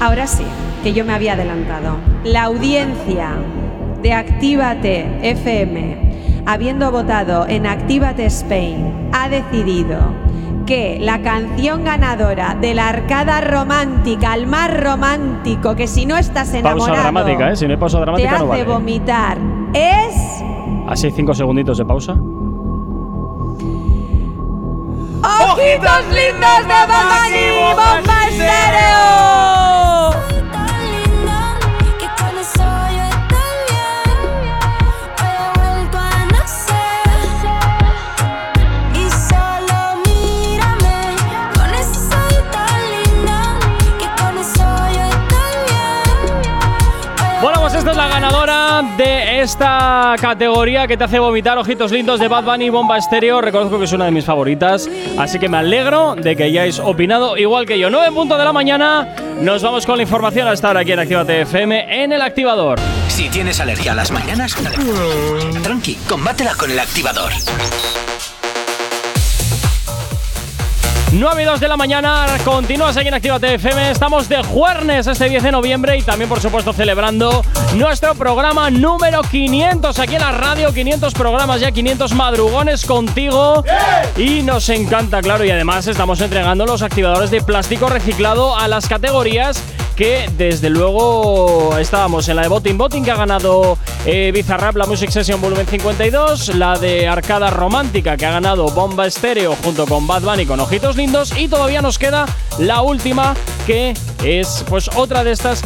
[SPEAKER 2] Ahora sí, que yo me había adelantado. La audiencia de Actívate FM, habiendo votado en Actívate Spain, ha decidido que la canción ganadora de la arcada romántica, al más romántico, que si no estás enamorado,
[SPEAKER 1] Pausa dramática, ¿eh? Si no hay pausa
[SPEAKER 2] te
[SPEAKER 1] dramática,
[SPEAKER 2] hace
[SPEAKER 1] no vale.
[SPEAKER 2] vomitar, es
[SPEAKER 1] Así, cinco segunditos de pausa.
[SPEAKER 2] Ojitos lindos de Babani, bomba estéreo.
[SPEAKER 7] Tan linda, que con eso yo también. Hoy he vuelto a nacer. Y solo mírame. Con esa tan linda, que con eso
[SPEAKER 1] pues esta es la ganadora de esta categoría que te hace vomitar ojitos lindos de Bad Bunny Bomba Estéreo. Reconozco que es una de mis favoritas, así que me alegro de que hayáis opinado igual que yo. 9 en punto de la mañana, nos vamos con la información hasta ahora aquí en Actívate FM en el activador.
[SPEAKER 4] Si tienes alergia a las mañanas, tranqui, combátela con el activador.
[SPEAKER 1] 9 y 2 de la mañana, continúas aquí en Actívate FM. Estamos de jueves este 10 de noviembre y también, por supuesto, celebrando nuestro programa número 500 aquí en la radio. 500 programas ya, 500 madrugones contigo. Y nos encanta, claro, y además estamos entregando los activadores de plástico reciclado a las categorías que desde luego estábamos en la de Botin Botin que ha ganado eh, Bizarrap la Music Session Volumen 52, la de Arcada Romántica que ha ganado Bomba Estéreo junto con Bad Bunny con Ojitos Lindos y todavía nos queda la última que es pues otra de estas,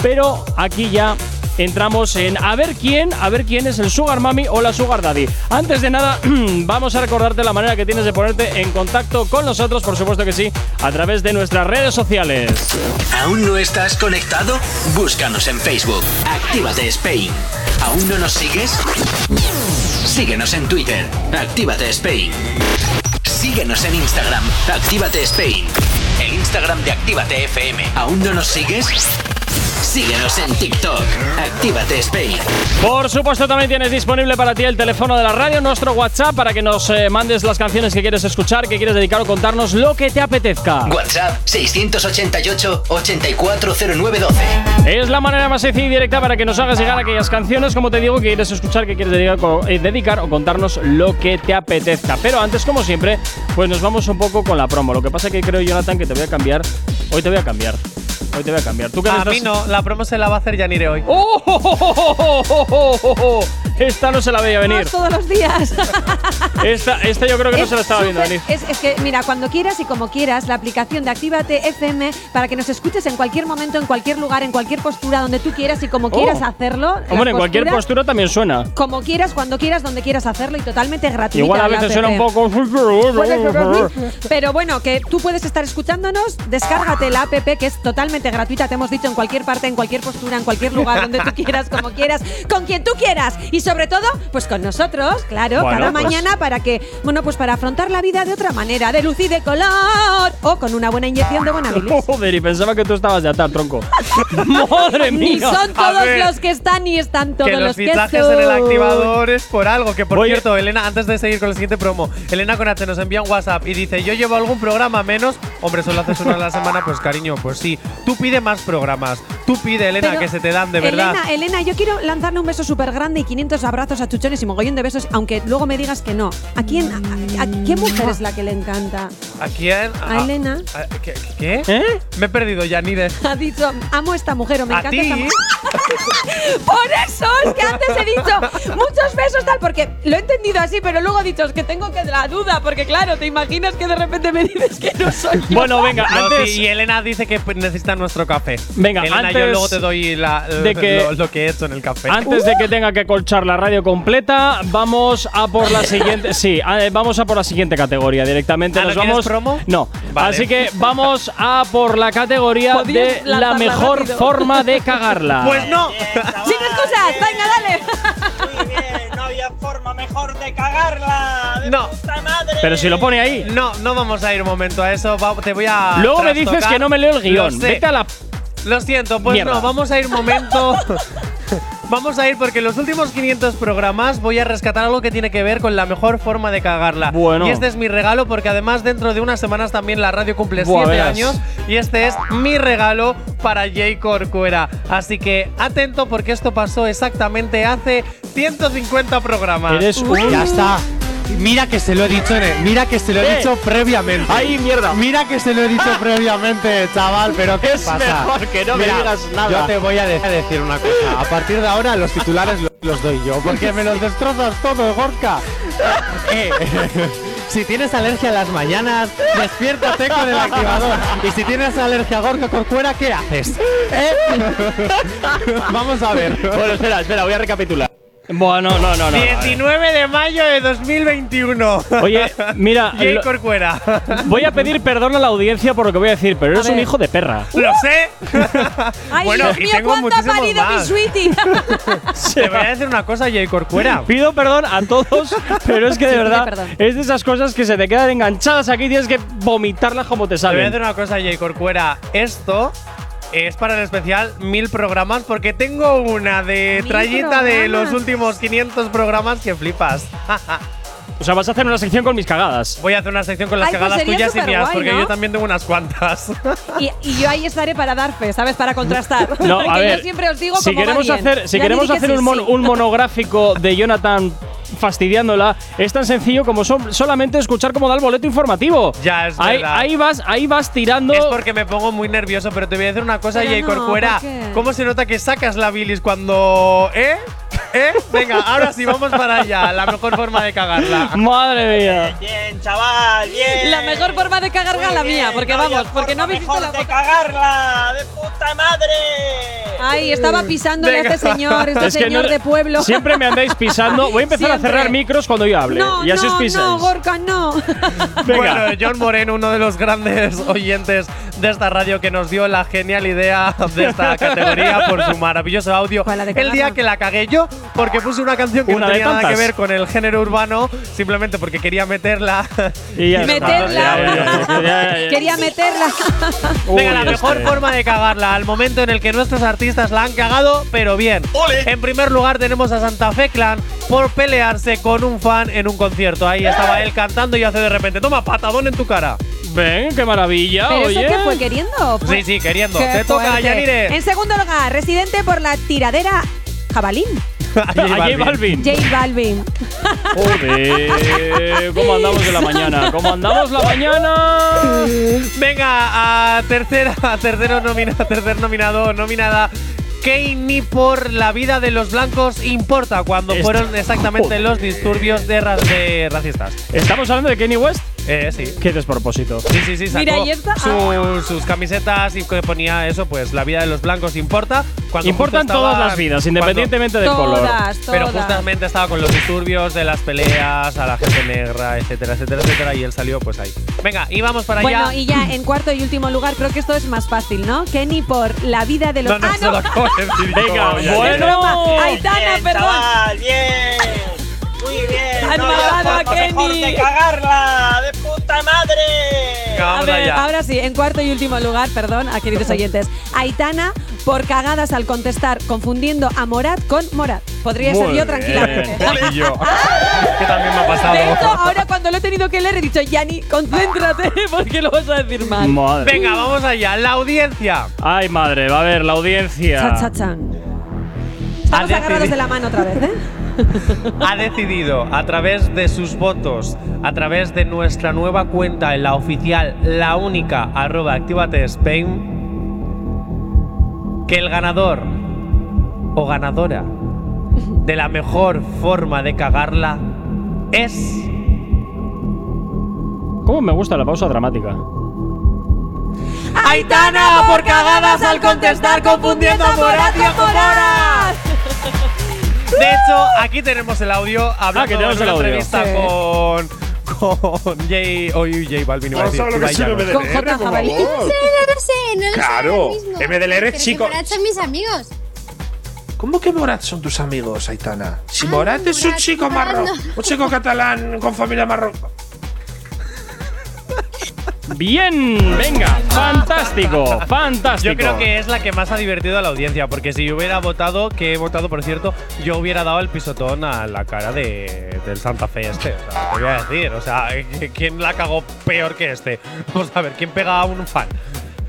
[SPEAKER 1] pero aquí ya entramos en a ver quién, a ver quién es el Sugar Mami o la Sugar Daddy. Antes de nada, (clears throat) vamos a recordarte la manera que tienes de ponerte en contacto con nosotros, por supuesto que sí, a través de nuestras redes sociales.
[SPEAKER 4] ¿Aún no estás conectado? Búscanos en Facebook. Actívate Spain. ¿Aún no nos sigues? Síguenos en Twitter. Actívate Spain. Síguenos en Instagram. Actívate Spain. El Instagram de Actívate FM. ¿Aún no nos sigues? Síguenos en TikTok. Actívate Spain.
[SPEAKER 1] Por supuesto, también tienes disponible para ti el teléfono de la radio, nuestro WhatsApp, para que nos eh, mandes las canciones que quieres escuchar, que quieres dedicar o contarnos lo que te apetezca.
[SPEAKER 4] WhatsApp 688 840912.
[SPEAKER 1] Es la manera más sencilla y directa para que nos hagas llegar aquellas canciones, como te digo, que quieres escuchar, que quieres dedicar, co- eh, dedicar o contarnos lo que te apetezca. Pero antes, como siempre, pues nos vamos un poco con la promo. Lo que pasa que creo, Jonathan, que te voy a cambiar. Hoy te voy a cambiar. Hoy te voy a cambiar. ¿Tú qué
[SPEAKER 3] A
[SPEAKER 1] estás-
[SPEAKER 3] mí no, la promo se la va a hacer Yanire hoy.
[SPEAKER 1] ¡Oh! oh, oh, oh, oh, oh, oh, oh! (laughs) Esta no se la veía venir.
[SPEAKER 2] Todos los días.
[SPEAKER 1] (laughs) Esta, esta yo creo que no se la estaba viendo venir.
[SPEAKER 2] Es, es que, mira, cuando quieras y como quieras, la aplicación de Actívate FM para que nos escuches en cualquier momento, en cualquier lugar, en cualquier postura, donde tú quieras y como quieras hacerlo. las
[SPEAKER 1] Oh. Hombre, en cualquier
[SPEAKER 2] posturas,
[SPEAKER 1] postura también suena.
[SPEAKER 2] Como quieras, cuando quieras, donde quieras hacerlo y totalmente gratuito.
[SPEAKER 1] Igual a veces suena un poco.
[SPEAKER 2] Pero bueno, que tú puedes estar escuchándonos, descárgate la app que es totalmente gratuita, te hemos dicho en cualquier parte, en cualquier postura, en cualquier lugar, donde tú quieras, como quieras, con quien tú quieras y sobre todo, pues con nosotros, claro,
[SPEAKER 11] Bueno,
[SPEAKER 2] cada
[SPEAKER 11] pues-
[SPEAKER 2] mañana para que, bueno, pues para afrontar la vida de otra manera, de luz y de color o con una buena
[SPEAKER 3] (laughs)
[SPEAKER 2] inyección de buena bilis.
[SPEAKER 1] Joder, y pensaba que tú estabas de atar,
[SPEAKER 2] (laughs)
[SPEAKER 1] tronco. ¡Madre mía!
[SPEAKER 2] Ni son
[SPEAKER 3] A
[SPEAKER 2] todos
[SPEAKER 3] ver.
[SPEAKER 2] los que están ni están todos
[SPEAKER 3] que los
[SPEAKER 2] que
[SPEAKER 3] fichajes en el
[SPEAKER 2] son.
[SPEAKER 3] activador es por algo. Que por
[SPEAKER 1] Voy a-
[SPEAKER 3] cierto, Elena, antes de seguir con el siguiente promo, Elena con H nos envía un WhatsApp y dice: Yo llevo algún programa menos. Hombre, solo haces uno a la semana, pues cariño, pues sí. Tú pide más programas. Tú pide, Elena,
[SPEAKER 2] Pero,
[SPEAKER 3] que se te dan de verdad.
[SPEAKER 2] Elena, Elena, yo quiero lanzarle un beso súper grande y 500 abrazos a chuchones y mogollón de besos, aunque luego me digas que no. ¿A quién, a, a- qué mujer es la que le encanta?
[SPEAKER 3] ¿A quién?
[SPEAKER 2] A Elena.
[SPEAKER 3] a- ¿Qué? qué-
[SPEAKER 1] ¿Eh?
[SPEAKER 3] qué? Me he perdido, Yanire.
[SPEAKER 2] Ha dicho, amo a esta mujer o me
[SPEAKER 3] ¿A
[SPEAKER 2] encanta
[SPEAKER 3] ti?
[SPEAKER 2] esta mujer. (laughs) Por eso es que antes he dicho muchos besos tal, porque lo he entendido así, pero luego he dicho es que tengo que la duda, porque claro, te imaginas que de repente me dices que no soy yo.
[SPEAKER 1] Bueno, venga,
[SPEAKER 3] No,
[SPEAKER 1] antes-
[SPEAKER 3] sí, eh. y Elena dice que p- necesita nuestro café.
[SPEAKER 1] Venga,
[SPEAKER 3] Elena, yo
[SPEAKER 1] antes
[SPEAKER 3] luego te doy la- (laughs)
[SPEAKER 1] de que-
[SPEAKER 3] lo, lo que he hecho en el café. Uh,
[SPEAKER 1] Antes
[SPEAKER 2] Uh.
[SPEAKER 1] de que tenga que colchar la radio completa, vamos a por
[SPEAKER 2] (laughs)
[SPEAKER 1] la siguiente. Sí, a- eh, vamos a por la siguiente categoría directamente.
[SPEAKER 3] Ah, ¿no
[SPEAKER 1] Nos
[SPEAKER 3] quieres
[SPEAKER 1] vamos.
[SPEAKER 3] promo?
[SPEAKER 1] No.
[SPEAKER 3] Vale.
[SPEAKER 1] Así que vamos a por la categoría de
[SPEAKER 2] Podías
[SPEAKER 1] la
[SPEAKER 2] lanzarla
[SPEAKER 1] mejor
[SPEAKER 2] rápido.
[SPEAKER 1] forma
[SPEAKER 2] (laughs)
[SPEAKER 1] de cagarla.
[SPEAKER 3] Pues no. (laughs)
[SPEAKER 2] Sin excusas, venga, dale. (laughs)
[SPEAKER 5] No había forma mejor de cagarla. De
[SPEAKER 3] No.
[SPEAKER 5] puta madre.
[SPEAKER 1] Pero si lo pone ahí.
[SPEAKER 3] No, no vamos a ir un momento a eso. va- te voy a.
[SPEAKER 1] Luego me dices
[SPEAKER 3] trastocar.
[SPEAKER 1] que no me leo el guión.
[SPEAKER 3] Lo sé.
[SPEAKER 1] Vete a la.
[SPEAKER 3] Lo siento, pues
[SPEAKER 1] Mierda.
[SPEAKER 3] no, vamos a ir
[SPEAKER 1] (laughs)
[SPEAKER 3] un momento. Vamos a ir porque en los últimos 500 programas voy a rescatar algo que tiene que ver con la mejor forma de cagarla.
[SPEAKER 1] Bueno.
[SPEAKER 3] Y este es mi regalo porque además dentro de unas semanas también la radio cumple
[SPEAKER 1] Buah,
[SPEAKER 3] 7
[SPEAKER 1] verás.
[SPEAKER 3] años y este es mi regalo para Jay Corcuera. Así que atento porque esto pasó exactamente hace 150 programas.
[SPEAKER 1] Eres un-
[SPEAKER 12] Ya está. Mira que se lo he dicho, eh. mira que se lo he
[SPEAKER 1] Eh.
[SPEAKER 12] dicho previamente.
[SPEAKER 1] Ay, mierda. Ah.
[SPEAKER 12] Mira que se lo he dicho previamente, chaval, pero ¿qué
[SPEAKER 1] Es
[SPEAKER 12] pasa?
[SPEAKER 1] mejor que no me
[SPEAKER 12] Mira,
[SPEAKER 1] digas nada.
[SPEAKER 12] Yo te voy a, de- a decir una cosa. A partir de ahora los titulares lo- los doy yo, porque me los destrozas todos, Gorka. Eh, (laughs) si tienes alergia a las mañanas, despiértate con el activador. Y si tienes alergia a Gorka Corcuera, ¿qué haces? ¿Eh? (laughs) Vamos a ver.
[SPEAKER 1] Bueno, espera, espera, voy a recapitular. Bueno, no, no, no.
[SPEAKER 3] 19 de mayo de 2021.
[SPEAKER 1] Oye, mira,
[SPEAKER 3] Jay
[SPEAKER 1] lo-
[SPEAKER 3] Corcuera.
[SPEAKER 12] (laughs)
[SPEAKER 1] Voy a pedir perdón a la audiencia por lo que voy a decir, pero eres
[SPEAKER 3] ver.
[SPEAKER 1] un hijo
[SPEAKER 12] (laughs)
[SPEAKER 1] de perra.
[SPEAKER 3] Lo sé.
[SPEAKER 2] Ay,
[SPEAKER 3] Bueno,
[SPEAKER 2] Dios
[SPEAKER 3] y
[SPEAKER 2] mío,
[SPEAKER 3] tengo
[SPEAKER 2] cuánto ha
[SPEAKER 3] muchísimos
[SPEAKER 2] parido mi
[SPEAKER 3] más.
[SPEAKER 2] sweetie. (laughs)
[SPEAKER 3] Te voy a decir una cosa, Jay
[SPEAKER 12] (laughs)
[SPEAKER 3] Corcuera.
[SPEAKER 1] Pido perdón a todos, (laughs) pero es que de
[SPEAKER 3] Sí, pide
[SPEAKER 1] verdad
[SPEAKER 3] perdón.
[SPEAKER 1] es de esas cosas que se te quedan enganchadas aquí y tienes que vomitarlas como te
[SPEAKER 3] Te voy a decir
[SPEAKER 1] salen.
[SPEAKER 3] una cosa, Jay Corcuera. Esto es para el especial mil programas porque tengo una de
[SPEAKER 1] ¿Mil
[SPEAKER 3] trayita de
[SPEAKER 1] programas?
[SPEAKER 3] los últimos 500 programas que flipas. (laughs)
[SPEAKER 1] O sea, vas a hacer una sección con mis cagadas.
[SPEAKER 3] Voy a hacer una sección con las
[SPEAKER 2] Ay, pues
[SPEAKER 3] cagadas
[SPEAKER 2] sería
[SPEAKER 3] tuyas y mías
[SPEAKER 2] superguay,
[SPEAKER 3] porque
[SPEAKER 2] ¿no?
[SPEAKER 3] yo también tengo unas cuantas. (laughs)
[SPEAKER 2] Y, y yo ahí estaré para dar fe, ¿sabes? Para contrastar.
[SPEAKER 1] (laughs) No, a
[SPEAKER 2] Porque
[SPEAKER 1] ver.
[SPEAKER 2] yo siempre os digo
[SPEAKER 1] si
[SPEAKER 2] cómo va
[SPEAKER 1] queremos
[SPEAKER 2] bien.
[SPEAKER 1] hacer, si
[SPEAKER 2] Ya
[SPEAKER 1] queremos
[SPEAKER 2] diré que
[SPEAKER 1] hacer
[SPEAKER 2] sí,
[SPEAKER 1] un, mon-
[SPEAKER 2] sí.
[SPEAKER 1] un monográfico de Jonathan fastidiándola, es tan sencillo como son, solamente escuchar cómo da el boleto informativo.
[SPEAKER 3] Ya, es
[SPEAKER 1] ahí,
[SPEAKER 3] verdad.
[SPEAKER 1] ahí vas, ahí vas tirando.
[SPEAKER 3] Es porque me pongo muy nervioso, pero te voy a decir una cosa,
[SPEAKER 1] Pero
[SPEAKER 3] Jay
[SPEAKER 1] no,
[SPEAKER 3] Corcuera.
[SPEAKER 1] ¿por qué?
[SPEAKER 3] ¿Cómo se nota que sacas la bilis cuando. ¿Eh? ¿Eh? Venga, ahora sí, vamos para allá. La mejor forma de cagarla.
[SPEAKER 1] Madre mía.
[SPEAKER 5] Bien, chaval, bien.
[SPEAKER 2] (laughs) La mejor forma de cagarla es la mía, porque vamos, porque no me hiciste la
[SPEAKER 5] de cagarla, de puta madre.
[SPEAKER 1] (laughs)
[SPEAKER 2] Ay, estaba pisándole
[SPEAKER 5] Venga.
[SPEAKER 2] a este señor, este
[SPEAKER 1] Es que
[SPEAKER 2] señor
[SPEAKER 1] no-
[SPEAKER 2] de pueblo.
[SPEAKER 1] Siempre
[SPEAKER 2] (laughs)
[SPEAKER 1] me andáis pisando. Voy a empezar
[SPEAKER 2] Siempre.
[SPEAKER 1] a cerrar micros cuando yo hable.
[SPEAKER 2] No,
[SPEAKER 1] y así
[SPEAKER 2] no,
[SPEAKER 1] os pisáis.
[SPEAKER 2] no,
[SPEAKER 1] (laughs)
[SPEAKER 2] Gorka, no. (laughs)
[SPEAKER 3] Bueno, John Moreno, uno de los grandes (laughs) oyentes de esta radio que nos dio la genial idea de
[SPEAKER 1] (laughs)
[SPEAKER 3] esta categoría por su maravilloso audio. El día que la cagué yo, porque puse una canción que
[SPEAKER 1] Una
[SPEAKER 3] no
[SPEAKER 1] de
[SPEAKER 3] tenía nada que
[SPEAKER 1] tantas.
[SPEAKER 3] ver con el género urbano, simplemente porque quería meterla.
[SPEAKER 1] (laughs) Y ya
[SPEAKER 2] está.
[SPEAKER 1] Meterla. Ya, ya, ya, Ah, ya, ya.
[SPEAKER 2] Quería meterla.
[SPEAKER 3] (laughs) Venga, la
[SPEAKER 2] Uy,
[SPEAKER 3] mejor
[SPEAKER 2] este.
[SPEAKER 3] forma de cagarla, al momento en el que nuestros artistas la han cagado, pero bien. En primer lugar tenemos a Santa Fe Clan por pelearse con un fan en un concierto. Ahí estaba él cantando y hace de repente, toma patadón en tu cara.
[SPEAKER 1] Ven, qué maravilla,
[SPEAKER 2] ¿Pero eso
[SPEAKER 1] oye.
[SPEAKER 2] qué
[SPEAKER 1] (laughs)
[SPEAKER 2] fue queriendo?
[SPEAKER 1] Pues,
[SPEAKER 3] Sí, sí, queriendo.
[SPEAKER 2] Qué
[SPEAKER 3] Te toca,
[SPEAKER 2] fuerte.
[SPEAKER 3] Yanire. (laughs)
[SPEAKER 2] En segundo lugar, residente por la tiradera Jabalín.
[SPEAKER 3] A J
[SPEAKER 1] Balvin.
[SPEAKER 2] J Balvin.
[SPEAKER 1] Joder, ¿cómo andamos de la mañana? ¿Cómo andamos la mañana?
[SPEAKER 3] Venga, a tercera, a tercero nominado, tercer nominado, o nominada. Kanye por la vida de los blancos importa cuando
[SPEAKER 1] Esta-
[SPEAKER 3] fueron exactamente
[SPEAKER 1] joder.
[SPEAKER 3] los disturbios de, ra- de racistas.
[SPEAKER 1] ¿Estamos hablando de Kenny West?
[SPEAKER 3] Eh, sí.
[SPEAKER 1] Qué despropósito.
[SPEAKER 3] Sí, sí, sí, sacó
[SPEAKER 1] Mira, y esta- Ah.
[SPEAKER 3] su- sus camisetas y que ponía eso, pues la vida de los blancos importa. Cuando
[SPEAKER 1] Importan
[SPEAKER 3] justo estaba-
[SPEAKER 1] todas las vidas,
[SPEAKER 3] cuando-
[SPEAKER 1] independientemente del color. Todas,
[SPEAKER 3] Pero
[SPEAKER 1] todas.
[SPEAKER 3] justamente estaba con los disturbios de las peleas a la gente negra, etcétera, etcétera, etcétera, y él salió pues ahí. Venga, y vamos para allá.
[SPEAKER 2] Bueno, y ya en cuarto y último lugar, creo que esto es más fácil, ¿no? Kenny por la vida de los.
[SPEAKER 3] No, no,
[SPEAKER 2] ¡Ah,
[SPEAKER 3] se lo (laughs) acabo
[SPEAKER 5] (laughs)
[SPEAKER 3] de decir
[SPEAKER 1] Venga,
[SPEAKER 3] yo, ya.
[SPEAKER 1] bueno.
[SPEAKER 2] Aitana,
[SPEAKER 5] bien,
[SPEAKER 2] perdón.
[SPEAKER 5] chaval, bien. Muy bien.
[SPEAKER 2] Han
[SPEAKER 5] no había
[SPEAKER 2] matado a
[SPEAKER 5] forma mejor
[SPEAKER 2] Kenny.
[SPEAKER 5] de cagarla, de puta madre.
[SPEAKER 3] Venga, vamos
[SPEAKER 2] A ver,
[SPEAKER 3] allá.
[SPEAKER 2] ahora sí, en cuarto y último lugar, perdón, a queridos oyentes. Aitana por cagadas al contestar, confundiendo a Morat con Morat. Podría ser yo tranquilamente. (laughs)
[SPEAKER 3] Y yo.
[SPEAKER 2] Ah.
[SPEAKER 3] que también me ha pasado.
[SPEAKER 2] De hecho, ahora cuando lo he tenido que leer, he dicho, Yani, concéntrate, (laughs) porque lo vas a decir mal.
[SPEAKER 1] Madre.
[SPEAKER 3] Venga, vamos allá. La audiencia.
[SPEAKER 1] Ay, madre, va a ver, la audiencia.
[SPEAKER 2] Cha, cha, chan. Estamos
[SPEAKER 3] Ha
[SPEAKER 2] agarrados de la mano otra vez, ¿eh?
[SPEAKER 3] ha decidido a través de sus votos, a través de nuestra nueva cuenta en la oficial, la única, arroba Actívate Spain, que el ganador o ganadora de la mejor forma de cagarla es
[SPEAKER 1] ¿Cómo me gusta la pausa dramática?
[SPEAKER 2] Aitana por cagadas al contestar, confundiendo a Morat y a Morat.
[SPEAKER 3] De hecho, aquí tenemos el audio hablando
[SPEAKER 1] Ah, que tenemos
[SPEAKER 3] de una
[SPEAKER 1] el audio.
[SPEAKER 3] entrevista
[SPEAKER 1] Sí.
[SPEAKER 3] con con Jay o J Balvin iba a
[SPEAKER 11] Vamos
[SPEAKER 3] decir,
[SPEAKER 11] a hablar
[SPEAKER 3] Ibai
[SPEAKER 11] sobre
[SPEAKER 3] Llanos.
[SPEAKER 11] MDLR, Con J por Jabalí. favor.
[SPEAKER 13] No sé, no lo sé, no lo sé.
[SPEAKER 11] Claro,
[SPEAKER 13] ahora mismo.
[SPEAKER 11] MDLR es
[SPEAKER 13] Pero
[SPEAKER 11] chico.
[SPEAKER 13] Que Morat son mis amigos.
[SPEAKER 11] ¿Cómo que Morat son tus amigos, Aitana? Si Morat es un
[SPEAKER 13] Morat,
[SPEAKER 11] chico
[SPEAKER 13] Morat
[SPEAKER 11] marrón,
[SPEAKER 13] no.
[SPEAKER 11] un chico catalán con familia marrón.
[SPEAKER 1] Bien, venga, fantástico, fantástico.
[SPEAKER 3] Yo creo que es la que más ha divertido a la audiencia, porque si yo hubiera votado, que he votado por cierto, yo hubiera dado el pisotón a la cara de, del Santa Fe este. O sea, te voy a decir, o sea, ¿quién la cagó peor que este? Vamos a ver, ¿quién pega a un fan?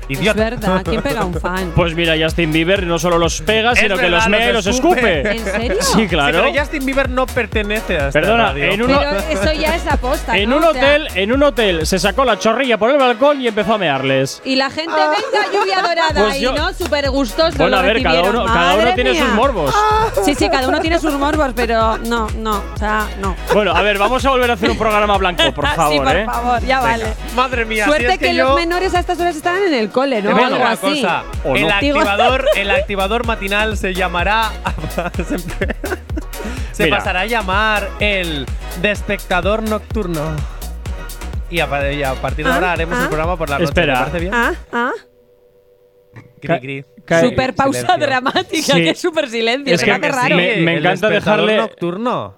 [SPEAKER 3] Idiota.
[SPEAKER 2] Es verdad, ¿quién pega a un fan?
[SPEAKER 1] Pues mira, Justin Bieber no solo los pega,
[SPEAKER 3] Es
[SPEAKER 1] sino que
[SPEAKER 3] verdad,
[SPEAKER 1] los mea y los escupe.
[SPEAKER 2] ¿En serio?
[SPEAKER 1] Sí, claro.
[SPEAKER 3] pero Justin Bieber no pertenece a esta
[SPEAKER 1] Perdona,
[SPEAKER 3] radio.
[SPEAKER 1] en uno-
[SPEAKER 2] Pero eso ya es aposta.
[SPEAKER 1] En un hotel, en un hotel, se sacó la chorrilla por el balcón y empezó a mearles.
[SPEAKER 2] y la gente, venga, lluvia dorada
[SPEAKER 1] Ah. Pues
[SPEAKER 2] ahí,
[SPEAKER 1] yo-
[SPEAKER 2] ¿no? Súper gustoso.
[SPEAKER 1] Bueno,
[SPEAKER 2] lo
[SPEAKER 1] a ver, cada
[SPEAKER 2] recibieron.
[SPEAKER 1] uno- cada uno
[SPEAKER 2] Madre
[SPEAKER 1] tiene
[SPEAKER 2] mía. Ah.
[SPEAKER 1] sus morbos.
[SPEAKER 2] Sí, sí, cada uno tiene sus morbos, pero no, no, o sea, no.
[SPEAKER 1] Bueno, a ver, vamos a volver a hacer un programa blanco, Oh, por favor,
[SPEAKER 2] (laughs) sí, por
[SPEAKER 1] ¿eh?
[SPEAKER 2] favor, ya vale.
[SPEAKER 3] Madre mía,
[SPEAKER 2] Suerte
[SPEAKER 3] si es que,
[SPEAKER 2] que,
[SPEAKER 3] yo
[SPEAKER 2] los menores a estas horas están en el cole, ¿no?
[SPEAKER 3] Te voy a
[SPEAKER 2] Algo
[SPEAKER 3] decir una
[SPEAKER 2] así.
[SPEAKER 3] cosa.
[SPEAKER 1] ¿O
[SPEAKER 3] El,
[SPEAKER 1] no?
[SPEAKER 3] (laughs)
[SPEAKER 2] (laughs)
[SPEAKER 3] activador, el activador matinal se llamará. Se
[SPEAKER 1] Mira.
[SPEAKER 3] pasará a llamar el despectador nocturno. Y a, pa- y a partir de
[SPEAKER 2] Ah,
[SPEAKER 3] ahora haremos
[SPEAKER 2] ah.
[SPEAKER 3] el programa por la noche.
[SPEAKER 1] Espera.
[SPEAKER 3] ¿Te parece bien?
[SPEAKER 2] Ah, ah.
[SPEAKER 3] Cri, cri.
[SPEAKER 1] Cae-
[SPEAKER 2] Super pausa dramática,
[SPEAKER 3] Sí.
[SPEAKER 2] que súper silencio.
[SPEAKER 3] Es
[SPEAKER 2] ¿verdad?
[SPEAKER 3] que
[SPEAKER 2] Qué raro.
[SPEAKER 1] me- me
[SPEAKER 3] el
[SPEAKER 1] encanta
[SPEAKER 3] despertador
[SPEAKER 1] dejarle-
[SPEAKER 3] nocturno.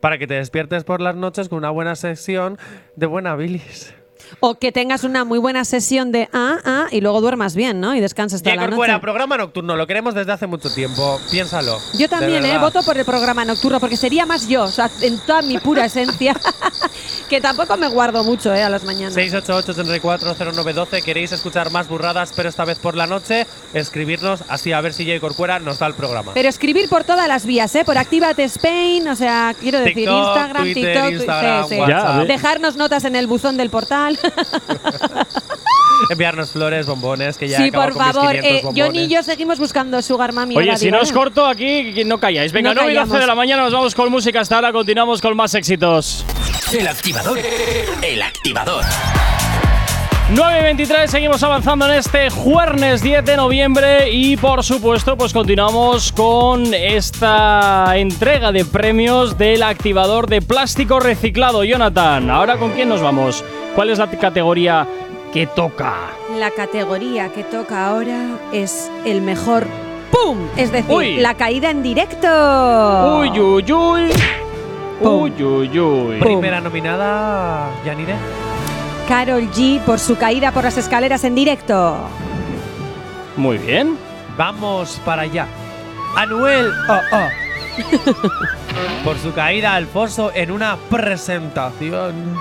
[SPEAKER 3] Para que te despiertes por las noches con una buena sección de buena bilis.
[SPEAKER 2] O que tengas una muy buena sesión de ah, ah, y luego duermas bien, ¿no? Y descanses toda
[SPEAKER 3] Diego
[SPEAKER 2] la
[SPEAKER 3] Corcuera,
[SPEAKER 2] noche.
[SPEAKER 3] programa nocturno. Lo queremos desde hace mucho tiempo. Piénsalo.
[SPEAKER 2] Yo también,
[SPEAKER 3] De
[SPEAKER 2] ¿eh?
[SPEAKER 3] verdad.
[SPEAKER 2] Voto por el programa nocturno, porque sería más yo, o sea, en toda mi pura esencia. (laughs) que tampoco me guardo mucho, ¿eh? A las mañanas.
[SPEAKER 3] 688-840912. ¿Queréis escuchar más burradas, pero esta vez por la noche? Escribirnos así a ver si Jay Corcuera nos da el programa.
[SPEAKER 2] Pero escribir por todas las vías, ¿eh? Por Actívate Spain, o sea, quiero decir,
[SPEAKER 3] TikTok,
[SPEAKER 2] Instagram,
[SPEAKER 3] Twitter,
[SPEAKER 2] TikTok, tu-
[SPEAKER 3] Instagram,
[SPEAKER 2] sí, sí.
[SPEAKER 3] WhatsApp. Ya,
[SPEAKER 2] Dejarnos notas en el buzón del portal.
[SPEAKER 3] Enviarnos flores, bombones, que ya
[SPEAKER 2] (laughs) sí,
[SPEAKER 3] acabo
[SPEAKER 2] por
[SPEAKER 3] con mis
[SPEAKER 2] favor.
[SPEAKER 3] 500
[SPEAKER 2] Eh, John y
[SPEAKER 3] bombones.
[SPEAKER 2] yo seguimos buscando Sugar Mami.
[SPEAKER 1] Oye,
[SPEAKER 2] ahora
[SPEAKER 1] si
[SPEAKER 2] digo,
[SPEAKER 1] no os
[SPEAKER 2] ¿eh?
[SPEAKER 1] corto aquí, que no calláis. Venga,
[SPEAKER 2] No
[SPEAKER 1] 9 y 12
[SPEAKER 2] callamos.
[SPEAKER 1] de la mañana nos vamos con música hasta ahora. Continuamos con más éxitos.
[SPEAKER 4] El activador. El activador.
[SPEAKER 1] 9 y 23, seguimos avanzando en este jueves 10 de noviembre y por supuesto pues continuamos con esta entrega de premios del activador de plástico reciclado. Jonathan, ahora con quién nos vamos? ¿Cuál es la t- categoría que toca?
[SPEAKER 2] La categoría que toca ahora es el mejor ¡Pum! Es decir,
[SPEAKER 1] Uy.
[SPEAKER 2] la caída en directo. Ah.
[SPEAKER 1] Uy, uy, uy. Uy, uy, uy.
[SPEAKER 3] Primera nominada, Yanire.
[SPEAKER 2] Carol G por su caída por las escaleras en directo.
[SPEAKER 1] Muy bien.
[SPEAKER 3] Vamos para allá. Anuel oh,
[SPEAKER 2] (laughs)
[SPEAKER 3] oh. Por su caída al foso en una presentación.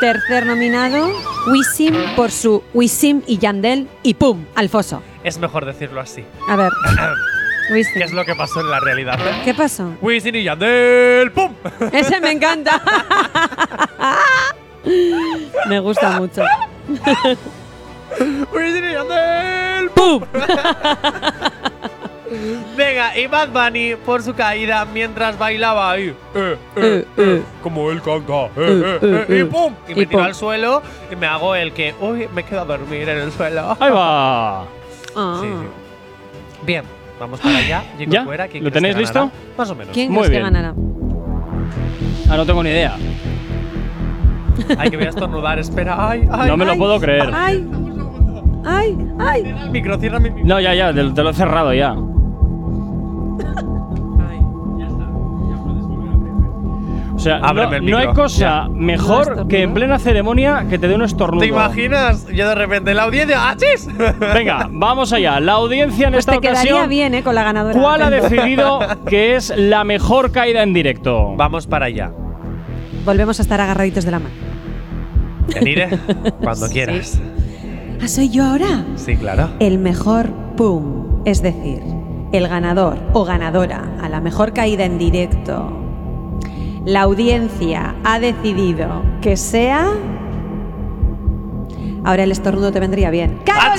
[SPEAKER 2] Tercer nominado, Wisim por su Wisim y Yandel y ¡pum! Al foso.
[SPEAKER 3] Es mejor decirlo así. (clears throat)
[SPEAKER 2] A ver,
[SPEAKER 3] ¿Qué es lo que pasó en la realidad? eh?
[SPEAKER 2] ¿qué pasó?
[SPEAKER 3] Wisin y Yandel, ¡pum! (laughs)
[SPEAKER 2] Ese me encanta. (laughs) me gusta mucho.
[SPEAKER 3] Wisin y Yandel, ¡pum! Venga, y Bad Bunny por su caída mientras bailaba ahí. Eh, eh, eh, como él canta. eh, eh, eh, y ¡pum! Y me
[SPEAKER 12] Y
[SPEAKER 3] tiro
[SPEAKER 12] pum.
[SPEAKER 3] al suelo y me hago el que, uy, me quedo a dormir en el suelo.
[SPEAKER 1] Ahí va. Ah,
[SPEAKER 2] Ah,
[SPEAKER 3] Sí, sí. Bien, vamos
[SPEAKER 1] (gasps)
[SPEAKER 3] para allá. Diego
[SPEAKER 1] ¿Ya?
[SPEAKER 3] Cuera, ¿quién
[SPEAKER 1] ¿Lo
[SPEAKER 3] crees
[SPEAKER 1] tenéis
[SPEAKER 3] que ganará?
[SPEAKER 1] listo?
[SPEAKER 3] Más o menos.
[SPEAKER 2] ¿Quién
[SPEAKER 1] Muy
[SPEAKER 2] crees que
[SPEAKER 1] bien.
[SPEAKER 2] ganará?
[SPEAKER 1] Ah, no tengo ni idea.
[SPEAKER 3] Ay, que voy a estornudar, espera. Ay, ay,
[SPEAKER 1] No me lo
[SPEAKER 3] ay.
[SPEAKER 1] puedo creer.
[SPEAKER 2] ¡Ay! ¡Ay! ¡Ay!
[SPEAKER 3] El micro, cierra mi micro.
[SPEAKER 1] No, ya, ya, te lo te lo he cerrado ya. O sea, no,
[SPEAKER 3] Ábreme el
[SPEAKER 1] no hay
[SPEAKER 3] micro,
[SPEAKER 1] cosa
[SPEAKER 3] ya.
[SPEAKER 1] mejor que en plena ceremonia que te dé un estornudo.
[SPEAKER 3] ¿Te imaginas? Yo de repente, la audiencia, ¡achis!
[SPEAKER 1] Venga, vamos allá. La audiencia en
[SPEAKER 2] Pues
[SPEAKER 1] esta
[SPEAKER 2] te quedaría
[SPEAKER 1] ocasión,
[SPEAKER 2] bien, ¿eh? Con la ganadora.
[SPEAKER 1] ¿cuál ha decidido que es la mejor caída en directo?
[SPEAKER 3] Vamos para allá.
[SPEAKER 2] Volvemos a estar agarraditos de la mano.
[SPEAKER 1] (laughs)
[SPEAKER 3] Yanire, eh, cuando quieras.
[SPEAKER 2] Ah, soy yo ahora.
[SPEAKER 3] Sí, claro.
[SPEAKER 2] El mejor pum, es decir, el ganador o ganadora a la mejor caída en directo. La audiencia ha decidido que sea. Ahora el estornudo te vendría bien.
[SPEAKER 3] Ah,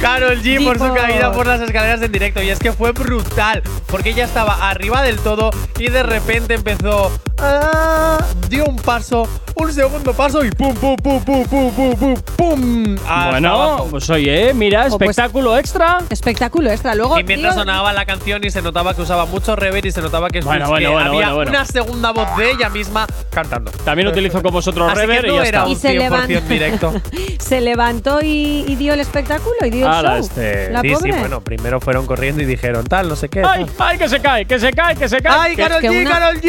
[SPEAKER 2] ¡Carol
[SPEAKER 3] Carol G por su
[SPEAKER 2] Tipo-
[SPEAKER 3] caída por las escaleras en directo. Y es que fue brutal, porque ella estaba arriba del todo y de repente empezó. ah, dio un paso, un segundo paso y pum, pum, pum, pum, pum, pum, pum, pum. hasta
[SPEAKER 1] Bueno,
[SPEAKER 3] abajo.
[SPEAKER 1] pues oye, mira,
[SPEAKER 2] pues-
[SPEAKER 1] espectáculo extra.
[SPEAKER 2] (laughs) Espectáculo extra. Luego.
[SPEAKER 3] Y mientras
[SPEAKER 2] tío,
[SPEAKER 3] sonaba la canción y se notaba que usaba mucho rever y se notaba que,
[SPEAKER 1] Bueno,
[SPEAKER 3] que
[SPEAKER 1] bueno, bueno,
[SPEAKER 3] había
[SPEAKER 1] bueno, bueno.
[SPEAKER 3] una segunda voz de ella misma cantando.
[SPEAKER 1] También utilizo con vosotros
[SPEAKER 3] Así que
[SPEAKER 1] Rever y
[SPEAKER 3] no
[SPEAKER 1] ya
[SPEAKER 3] era
[SPEAKER 1] está.
[SPEAKER 3] un
[SPEAKER 2] Y se
[SPEAKER 3] 100% directo.
[SPEAKER 2] (laughs) se levantó y, y dio el espectáculo y dio el
[SPEAKER 3] Ala,
[SPEAKER 2] show.
[SPEAKER 3] este.
[SPEAKER 2] La
[SPEAKER 3] sí,
[SPEAKER 2] pobre.
[SPEAKER 3] sí, bueno, primero fueron corriendo y dijeron tal, no sé qué.
[SPEAKER 1] ¡Ay,
[SPEAKER 3] tal.
[SPEAKER 1] ay, que se cae, que se cae, que se cae!
[SPEAKER 3] ¡Ay,
[SPEAKER 1] que-
[SPEAKER 3] Carol
[SPEAKER 2] que
[SPEAKER 3] G,
[SPEAKER 2] una-
[SPEAKER 3] Carol G!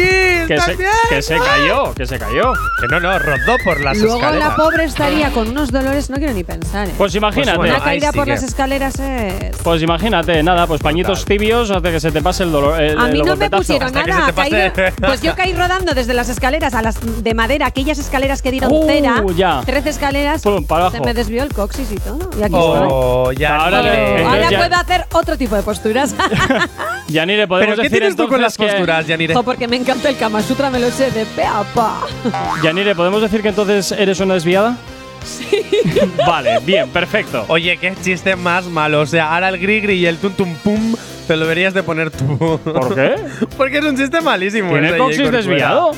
[SPEAKER 1] que
[SPEAKER 3] ¿estás
[SPEAKER 1] se,
[SPEAKER 3] bien?
[SPEAKER 1] que se cayó, que se cayó.
[SPEAKER 3] Que no, no, rodó por las
[SPEAKER 2] Luego
[SPEAKER 3] escaleras.
[SPEAKER 2] la pobre estaría con unos dolores, no quiero ni pensar. ¿eh?
[SPEAKER 1] Pues imagínate.
[SPEAKER 3] Pues bueno,
[SPEAKER 2] Una caída
[SPEAKER 3] ahí
[SPEAKER 2] por
[SPEAKER 3] sigue.
[SPEAKER 2] las escaleras es.
[SPEAKER 1] Pues imagínate, nada, pues pañitos tibios hasta que se te pase el dolor. el-
[SPEAKER 2] A
[SPEAKER 1] el
[SPEAKER 2] mí no me
[SPEAKER 1] golpetazo.
[SPEAKER 2] pusieron
[SPEAKER 3] hasta que
[SPEAKER 2] nada.
[SPEAKER 3] se te
[SPEAKER 2] caí-
[SPEAKER 3] pase.
[SPEAKER 2] pues yo caí rodando desde las escaleras a las de madera, aquellas escaleras que dieron
[SPEAKER 1] Uh,
[SPEAKER 2] cera,
[SPEAKER 1] ya.
[SPEAKER 2] 13 escaleras,
[SPEAKER 1] Pum, para
[SPEAKER 2] se
[SPEAKER 1] abajo.
[SPEAKER 2] me desvió el coxis y todo. Y aquí
[SPEAKER 3] Oh, ya.
[SPEAKER 1] Ahora
[SPEAKER 2] estoy.
[SPEAKER 1] le- entonces
[SPEAKER 2] Ahora
[SPEAKER 1] ya-
[SPEAKER 2] puedo hacer otro tipo
[SPEAKER 1] (laughs)
[SPEAKER 2] de posturas.
[SPEAKER 1] Yanire, podemos
[SPEAKER 3] ¿Pero qué
[SPEAKER 1] decir
[SPEAKER 3] tienes tú con las
[SPEAKER 1] entonces que-
[SPEAKER 3] posturas, Yanire?
[SPEAKER 2] Ojo, porque me encanta el Kama Sutra, me lo sé de pe a pa.
[SPEAKER 1] Yanire, ¿podemos decir que entonces eres una desviada? Sí. (laughs) vale, bien, perfecto.
[SPEAKER 3] Oye, qué chiste más malo. O sea, ahora el grigri y el tum tum pum te lo deberías de poner tú.
[SPEAKER 1] ¿Por qué?
[SPEAKER 3] (laughs) Porque es un chiste malísimo.
[SPEAKER 1] ¿Tiene
[SPEAKER 3] ese,
[SPEAKER 1] coxis
[SPEAKER 3] Jacob Cuera.
[SPEAKER 1] desviado?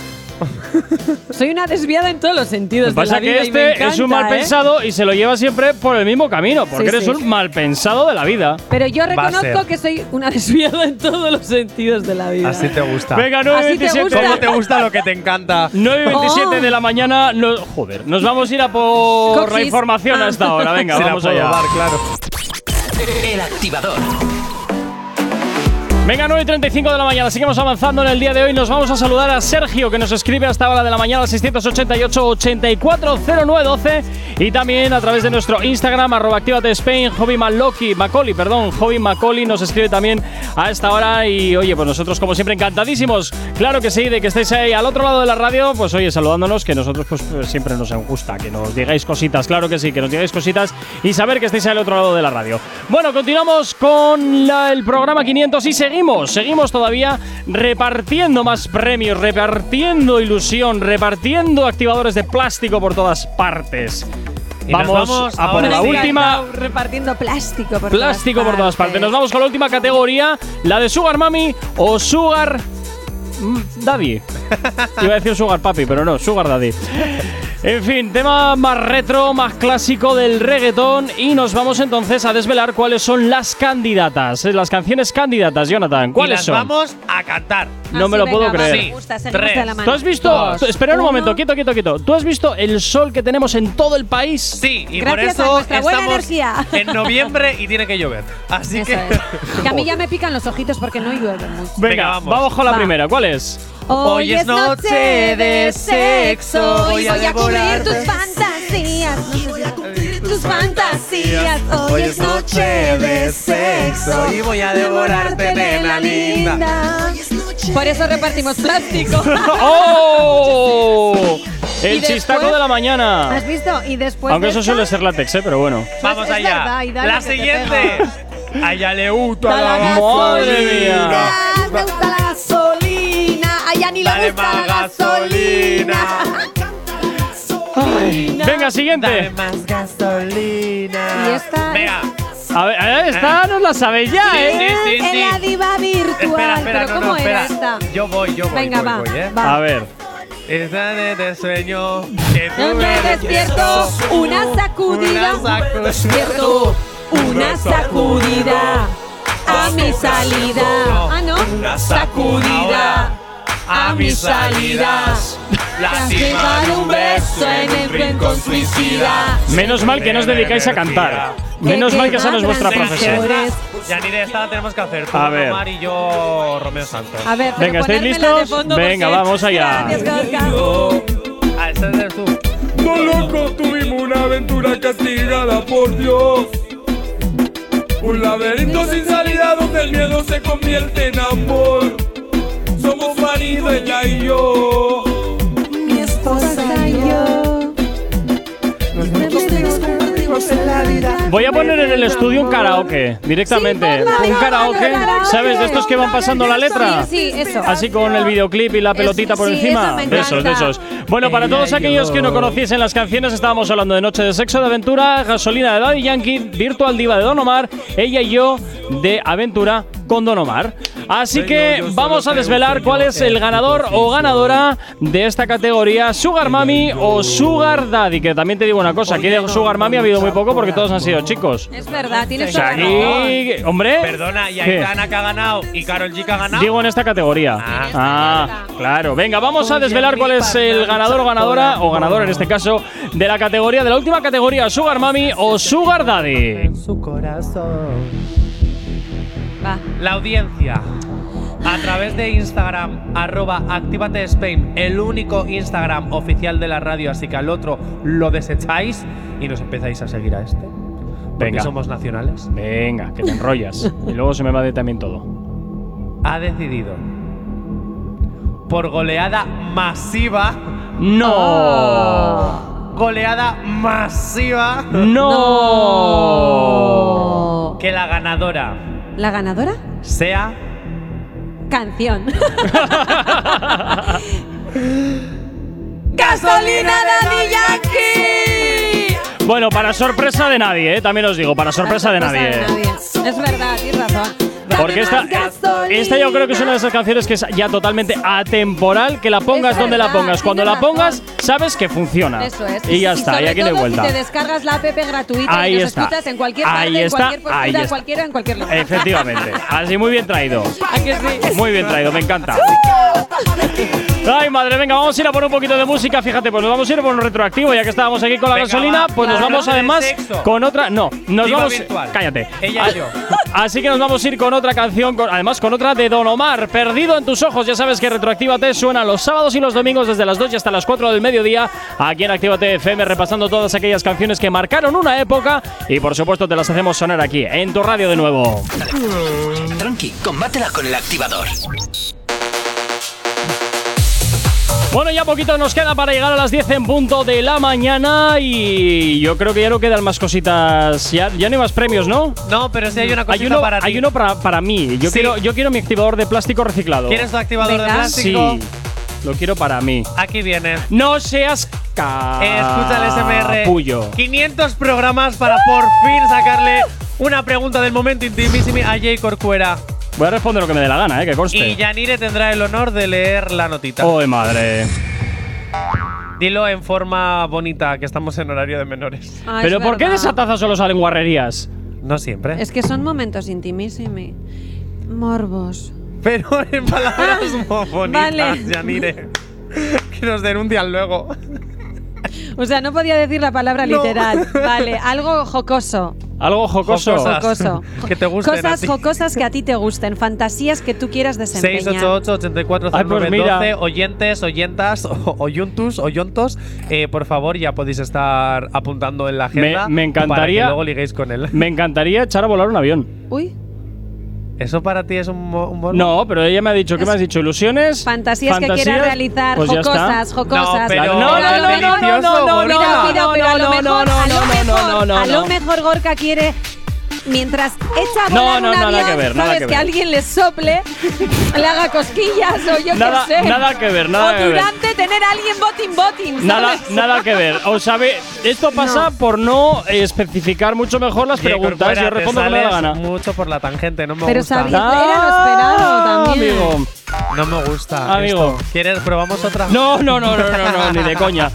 [SPEAKER 2] Soy una desviada en todos los sentidos.
[SPEAKER 1] Lo que pasa
[SPEAKER 2] de la
[SPEAKER 1] que
[SPEAKER 2] vida y me
[SPEAKER 1] este es un
[SPEAKER 2] encanta,
[SPEAKER 1] mal
[SPEAKER 2] ¿eh?
[SPEAKER 1] pensado y se lo lleva siempre por el mismo camino, porque
[SPEAKER 2] Sí,
[SPEAKER 1] eres
[SPEAKER 2] sí.
[SPEAKER 1] un mal pensado de la vida.
[SPEAKER 2] Pero yo
[SPEAKER 1] Va a ser.
[SPEAKER 2] reconozco que soy una (laughs) desviada en todos los sentidos de la vida.
[SPEAKER 3] Así te gusta.
[SPEAKER 1] Venga, 9
[SPEAKER 2] Así te
[SPEAKER 1] 27.
[SPEAKER 2] gusta.
[SPEAKER 1] ¿Cómo te
[SPEAKER 3] gusta lo que
[SPEAKER 1] (laughs)
[SPEAKER 3] te encanta?
[SPEAKER 1] 9 y 27
[SPEAKER 2] Oh.
[SPEAKER 1] de la mañana. no- joder, nos vamos a ir a por la
[SPEAKER 4] Coxis.
[SPEAKER 1] información
[SPEAKER 4] Ah.
[SPEAKER 1] hasta ahora.
[SPEAKER 3] (laughs)
[SPEAKER 1] Venga,
[SPEAKER 4] Se la
[SPEAKER 1] vamos
[SPEAKER 4] puedo
[SPEAKER 1] allá.
[SPEAKER 4] dar,
[SPEAKER 3] claro.
[SPEAKER 4] El activador.
[SPEAKER 1] Venga, 9 y 35 de la mañana, seguimos avanzando en el día de hoy. Nos vamos a saludar a Sergio, que nos escribe hasta hora de la mañana, 688-840912. Y también a través de nuestro Instagram, arroba actívate Spain, Hobby Maloki, Macaulay, perdón, Hobby Macaulay nos escribe también a esta hora. Y oye, pues nosotros, como siempre, encantadísimos. Claro que sí, de que estéis ahí al otro lado de la radio, pues oye, saludándonos, que nosotros pues pues, siempre nos gusta que nos digáis cositas, claro que sí, que nos digáis cositas y saber que estáis al otro lado de la radio. Bueno, continuamos con la- el programa 500 y seguimos, seguimos todavía repartiendo más premios, repartiendo ilusión, repartiendo activadores de plástico por todas partes.
[SPEAKER 3] Y nos vamos
[SPEAKER 1] a por
[SPEAKER 3] ahora
[SPEAKER 1] la
[SPEAKER 3] sí.
[SPEAKER 1] última
[SPEAKER 2] Repartiendo plástico por
[SPEAKER 1] Plástico por todas partes. Nos vamos con la última categoría, la de Sugar Mami o Sugar mm,
[SPEAKER 3] (laughs)
[SPEAKER 1] Daddy. Iba a decir Sugar Papi, pero no, Sugar Daddy. En fin, tema más retro, más clásico del reggaetón y nos vamos entonces a desvelar cuáles son las candidatas, eh, las canciones candidatas, Jonathan.
[SPEAKER 3] Y
[SPEAKER 1] ¿Cuáles
[SPEAKER 3] las
[SPEAKER 1] son?
[SPEAKER 3] vamos a cantar.
[SPEAKER 1] No me lo puedo creer. ¿Tú has visto? tú- espera un momento, quieto, quieto, quieto. ¿Tú has visto el sol que tenemos en todo el país?
[SPEAKER 3] Sí, y
[SPEAKER 2] Gracias
[SPEAKER 3] por
[SPEAKER 2] a
[SPEAKER 3] eso
[SPEAKER 2] nuestra buena
[SPEAKER 3] estamos
[SPEAKER 2] energía.
[SPEAKER 3] en noviembre y tiene que llover. Así
[SPEAKER 2] Eso
[SPEAKER 3] que (laughs)
[SPEAKER 2] es. Que a mí ya me pican los ojitos porque no llueve mucho.
[SPEAKER 1] Venga, vamos. con la primera. ¿Cuál es?
[SPEAKER 2] Hoy es noche de sexo
[SPEAKER 13] Hoy
[SPEAKER 2] y voy a cumplir
[SPEAKER 13] devorarte.
[SPEAKER 2] tus fantasías. No, no, no. Tus fantasías. Hoy es noche de sexo
[SPEAKER 12] y voy a devorarte, nena linda.
[SPEAKER 2] Por eso repartimos (laughs) plástico.
[SPEAKER 1] ¡Oh!
[SPEAKER 2] Y
[SPEAKER 1] El
[SPEAKER 2] después- pues
[SPEAKER 1] chistaco de la mañana.
[SPEAKER 2] ¿Has visto? Y después.
[SPEAKER 1] Aunque
[SPEAKER 2] de
[SPEAKER 1] eso
[SPEAKER 2] esta-
[SPEAKER 1] suele ser látex, ¿eh? pero bueno.
[SPEAKER 3] vamos
[SPEAKER 2] Pues es verdad,
[SPEAKER 3] allá.
[SPEAKER 2] y dale
[SPEAKER 3] la
[SPEAKER 2] que te
[SPEAKER 3] siguiente. Allá le gusta
[SPEAKER 2] Da la
[SPEAKER 3] la madre
[SPEAKER 1] gasolina.
[SPEAKER 3] mía.
[SPEAKER 2] Me gusta la gasolina. Allá ni le
[SPEAKER 3] Dale
[SPEAKER 2] gusta la
[SPEAKER 3] más
[SPEAKER 2] gasolina.
[SPEAKER 1] Venga, siguiente.
[SPEAKER 3] Dale más gasolina.
[SPEAKER 2] Y esta.
[SPEAKER 3] Venga.
[SPEAKER 1] A ver, eh, esta no la sabéis ya,
[SPEAKER 3] Sí,
[SPEAKER 1] ¿eh?
[SPEAKER 3] sí, sí,
[SPEAKER 2] En
[SPEAKER 3] sí.
[SPEAKER 2] la diva virtual.
[SPEAKER 3] Espera, espera,
[SPEAKER 2] ¿Pero
[SPEAKER 3] no,
[SPEAKER 2] cómo
[SPEAKER 3] no,
[SPEAKER 2] era
[SPEAKER 3] espera.
[SPEAKER 2] esta?
[SPEAKER 3] Yo voy, yo voy.
[SPEAKER 2] Venga,
[SPEAKER 3] voy,
[SPEAKER 2] va,
[SPEAKER 3] voy, ¿eh?
[SPEAKER 2] va.
[SPEAKER 1] A ver.
[SPEAKER 3] Esta de te sueño que tú
[SPEAKER 2] Yo me despierto una sacudida. Despierto una sacudida. A mi salida. Ah, no.
[SPEAKER 3] Una sacudida a mis salidas.
[SPEAKER 2] Tras
[SPEAKER 3] Lástima
[SPEAKER 2] llevar un beso en el rincón suicida.
[SPEAKER 1] Menos mal que no os dedicáis a cantar. Menos mal que esa no es vuestra profesión.
[SPEAKER 3] Ya ni de esta la tenemos que hacer. Tú,
[SPEAKER 1] A ver.
[SPEAKER 3] Omar y yo, Romeo Santos.
[SPEAKER 2] A ver, pero
[SPEAKER 1] Venga, ¿estáis
[SPEAKER 2] ponérmela de
[SPEAKER 1] listos?
[SPEAKER 2] fondo, por
[SPEAKER 1] Venga,
[SPEAKER 2] favor.
[SPEAKER 1] vamos allá.
[SPEAKER 2] Gracias, Gorka.
[SPEAKER 3] Ah, esta eres tú.
[SPEAKER 14] No loco, tuvimos una aventura castigada por Dios. Un laberinto sin salida donde el miedo se convierte en amor. Somos marido, ella y yo.
[SPEAKER 2] Mi esposa y yo. Los muchos días compartimos en la vida.
[SPEAKER 1] Voy a poner en el estudio un karaoke, directamente. Un karaoke, ¿sabes? De estos que van pasando la letra.
[SPEAKER 2] Sí, sí, eso.
[SPEAKER 1] Así con el videoclip y la pelotita
[SPEAKER 2] Eso,
[SPEAKER 1] por
[SPEAKER 2] sí, eso
[SPEAKER 1] encima.
[SPEAKER 2] me
[SPEAKER 1] De esos, de
[SPEAKER 2] encanta.
[SPEAKER 1] esos. Bueno, para todos aquellos que no conociesen las canciones, estábamos hablando de Noche de Sexo, de Aventura, Gasolina de Daddy Yankee, Virtual Diva de Don Omar, Ella y yo de Aventura con Don Omar. Así que vamos a desvelar cuál es
[SPEAKER 3] este
[SPEAKER 1] el ganador o ganadora de esta categoría, Sugar Mami o Sugar Daddy. Que también te digo una cosa, aquí de Sugar Mami ha habido muy poco porque todos han sido chicos.
[SPEAKER 2] Es verdad,
[SPEAKER 1] O
[SPEAKER 2] tienes
[SPEAKER 1] sea,
[SPEAKER 2] toda la razón.
[SPEAKER 1] aquí, hombre.
[SPEAKER 3] Perdona, y
[SPEAKER 1] ¿Qué?
[SPEAKER 3] Aitana que ha ganado y Carol G que ha ganado.
[SPEAKER 1] Digo en esta categoría. Ah, claro. Venga, vamos a desvelar cuál es el ganador o ganadora, o ganador en este caso, de la categoría, de la última categoría, Sugar Mami o Sugar Daddy.
[SPEAKER 3] su corazón.
[SPEAKER 2] Va.
[SPEAKER 3] La audiencia. A través de Instagram, arroba Actívate Spain, el único Instagram oficial de la radio, así que al otro lo desecháis y nos empezáis a seguir a este. Porque
[SPEAKER 1] Venga.
[SPEAKER 3] somos nacionales.
[SPEAKER 1] Venga, que te enrollas. y luego se me va de también todo.
[SPEAKER 3] Ha decidido, por goleada masiva,
[SPEAKER 1] ¡No!
[SPEAKER 3] goleada masiva,
[SPEAKER 1] ¡No!
[SPEAKER 3] que la ganadora
[SPEAKER 2] ¿La ganadora?
[SPEAKER 3] sea
[SPEAKER 2] Canción. (laughs) ¡Gasolina Daddy Yankee!
[SPEAKER 1] (laughs) Bueno, para sorpresa de nadie, ¿eh? también os digo, para sorpresa de nadie.
[SPEAKER 2] Es verdad, tienes razón.
[SPEAKER 1] Porque esta,
[SPEAKER 2] Dame más gasolina,
[SPEAKER 1] esta yo creo que es una de esas canciones que es ya totalmente atemporal, que la pongas donde la
[SPEAKER 15] verdad,
[SPEAKER 1] pongas. Cuando la pongas, sabes que funciona.
[SPEAKER 15] Eso es.
[SPEAKER 1] Y ya está,
[SPEAKER 15] sobre
[SPEAKER 1] y aquí no hay
[SPEAKER 15] todo
[SPEAKER 1] vuelta.
[SPEAKER 15] Si te descargas la app gratuita
[SPEAKER 1] Ahí
[SPEAKER 15] y nos
[SPEAKER 1] está.
[SPEAKER 15] escuchas en cualquier
[SPEAKER 1] Ahí
[SPEAKER 15] parte,
[SPEAKER 1] está,
[SPEAKER 15] en cualquier postura,
[SPEAKER 1] ahí está.
[SPEAKER 15] en cualquiera, en cualquier lugar. (laughs)
[SPEAKER 2] (laughs)
[SPEAKER 1] Efectivamente. Así muy bien traído.
[SPEAKER 15] ¿A que sí?
[SPEAKER 1] Muy bien traído, me encanta. Ay, madre, venga, vamos a ir a por un poquito de música. Fíjate, pues nos vamos a ir por un retroactivo, ya que estábamos aquí con la
[SPEAKER 3] Venga,
[SPEAKER 1] gasolina,
[SPEAKER 3] va.
[SPEAKER 1] pues nos
[SPEAKER 3] Claro.
[SPEAKER 1] vamos además
[SPEAKER 3] De sexo.
[SPEAKER 1] con otra. No, nos
[SPEAKER 3] Diva
[SPEAKER 1] vamos.
[SPEAKER 3] virtual.
[SPEAKER 1] Cállate. Ah,
[SPEAKER 3] Ella y yo.
[SPEAKER 1] Así que nos vamos a ir con otra canción, con- además con otra de Don Omar, Perdido en tus ojos. Ya sabes que Retroactívate suena los sábados y los domingos desde las 2 y hasta las 4 del mediodía aquí en Actívate FM, repasando todas aquellas canciones que marcaron una época y por supuesto te las hacemos sonar aquí, en tu radio de nuevo.
[SPEAKER 4] Tranqui, combátela con el activador.
[SPEAKER 1] Bueno, ya poquito nos queda para llegar a las 10 en punto de la mañana y yo creo que ya no quedan más cositas. Ya, ya no hay más premios, ¿no?
[SPEAKER 3] No, pero sí hay una cosita
[SPEAKER 1] hay uno,
[SPEAKER 3] para ti.
[SPEAKER 1] Hay uno para, para mí. Yo,
[SPEAKER 3] Sí.
[SPEAKER 1] quiero, yo quiero mi activador de plástico reciclado.
[SPEAKER 3] ¿Quieres tu activador de Venga. plástico?
[SPEAKER 1] Sí. Lo quiero para mí.
[SPEAKER 3] Aquí viene.
[SPEAKER 1] No seas ca.
[SPEAKER 3] Eh, Escucha el SMR.
[SPEAKER 1] Capullo.
[SPEAKER 3] 500 programas para por fin sacarle una pregunta del momento intimísima a Jay Corcuera.
[SPEAKER 1] Voy a responder lo que me dé la gana, eh, que conste.
[SPEAKER 3] Y Yanire tendrá el honor de leer la notita.
[SPEAKER 1] ¡Oh, de madre!
[SPEAKER 3] Dilo en forma bonita, que estamos en horario de menores.
[SPEAKER 2] Ah, es
[SPEAKER 1] ¿Pero por qué de
[SPEAKER 2] verdad.
[SPEAKER 1] esa taza solo salen guarrerías?
[SPEAKER 3] No siempre.
[SPEAKER 2] Es que son momentos intimísimos. Morbos.
[SPEAKER 3] (laughs) Pero en palabras muy bonitas,
[SPEAKER 2] (laughs) vale.
[SPEAKER 3] Yanire. que nos denuncian luego.
[SPEAKER 2] O sea, no podía decir la palabra
[SPEAKER 3] No. (laughs)
[SPEAKER 2] literal. Vale, algo jocoso.
[SPEAKER 1] Algo jocoso.
[SPEAKER 3] Jocosas. que te gusten a
[SPEAKER 2] Cosas
[SPEAKER 3] ti.
[SPEAKER 2] jocosas que a ti te gusten, fantasías que tú quieras desempeñar.
[SPEAKER 3] 688-840912,
[SPEAKER 1] Ay, pues mira.
[SPEAKER 3] oyentes, oyentas, (laughs) o- oyuntus, oyontos, eh, por favor ya podéis estar apuntando en la agenda.
[SPEAKER 1] Me, me
[SPEAKER 3] Para que
[SPEAKER 1] encantaría.
[SPEAKER 3] luego liguéis con él.
[SPEAKER 1] Me encantaría echar a volar un avión.
[SPEAKER 2] Uy.
[SPEAKER 3] ¿Eso para ti es un, mo- un morbo?
[SPEAKER 1] No, pero ella me ha dicho, ¿qué me has dicho? ¿Ilusiones?
[SPEAKER 2] Fantasías, que
[SPEAKER 1] ¿Fantasías?
[SPEAKER 2] quieras realizar,
[SPEAKER 1] Pues ya está.
[SPEAKER 2] jocosas, jocosas.
[SPEAKER 1] No, pero- No,
[SPEAKER 2] a
[SPEAKER 1] no,
[SPEAKER 2] lo
[SPEAKER 1] no,
[SPEAKER 2] mejor-
[SPEAKER 1] no, no, no,
[SPEAKER 2] Mira,
[SPEAKER 1] no,
[SPEAKER 2] mira,
[SPEAKER 1] no,
[SPEAKER 2] pero a lo
[SPEAKER 1] no,
[SPEAKER 2] mejor,
[SPEAKER 1] no, no,
[SPEAKER 2] a lo
[SPEAKER 1] no, no,
[SPEAKER 2] mejor-
[SPEAKER 1] no, no,
[SPEAKER 2] a lo
[SPEAKER 1] no.
[SPEAKER 2] mejor Gorka quiere. Mientras echa a
[SPEAKER 1] No,
[SPEAKER 2] volar
[SPEAKER 1] no,
[SPEAKER 2] un
[SPEAKER 1] nada
[SPEAKER 2] avión,
[SPEAKER 1] que ver, nada
[SPEAKER 2] sabes
[SPEAKER 1] que
[SPEAKER 2] que,
[SPEAKER 1] ver.
[SPEAKER 2] alguien le sople, (laughs) le haga cosquillas o yo
[SPEAKER 1] Nada-
[SPEAKER 2] qué sé.
[SPEAKER 1] nada que ver, nada
[SPEAKER 2] o
[SPEAKER 1] que ver.
[SPEAKER 2] durante tener a alguien botín botín. (laughs)
[SPEAKER 1] Nada,
[SPEAKER 2] ¿sabes?
[SPEAKER 1] nada que ver. O sea, ve, esto pasa por no eh, especificar mucho mejor las
[SPEAKER 3] Oye,
[SPEAKER 1] preguntas.
[SPEAKER 3] Corcuera,
[SPEAKER 1] Yo
[SPEAKER 3] te
[SPEAKER 1] respondo como me da la
[SPEAKER 3] sales
[SPEAKER 1] gana. Ah,
[SPEAKER 3] mucho por la tangente, no me
[SPEAKER 2] Pero
[SPEAKER 3] gusta.
[SPEAKER 2] sabía, era lo esperado también.
[SPEAKER 1] Amigo.
[SPEAKER 3] No me gusta.
[SPEAKER 1] Amigo.
[SPEAKER 3] esto. ¿Quieres probamos otra?
[SPEAKER 1] No, no, no, no, no, no, ni de coña.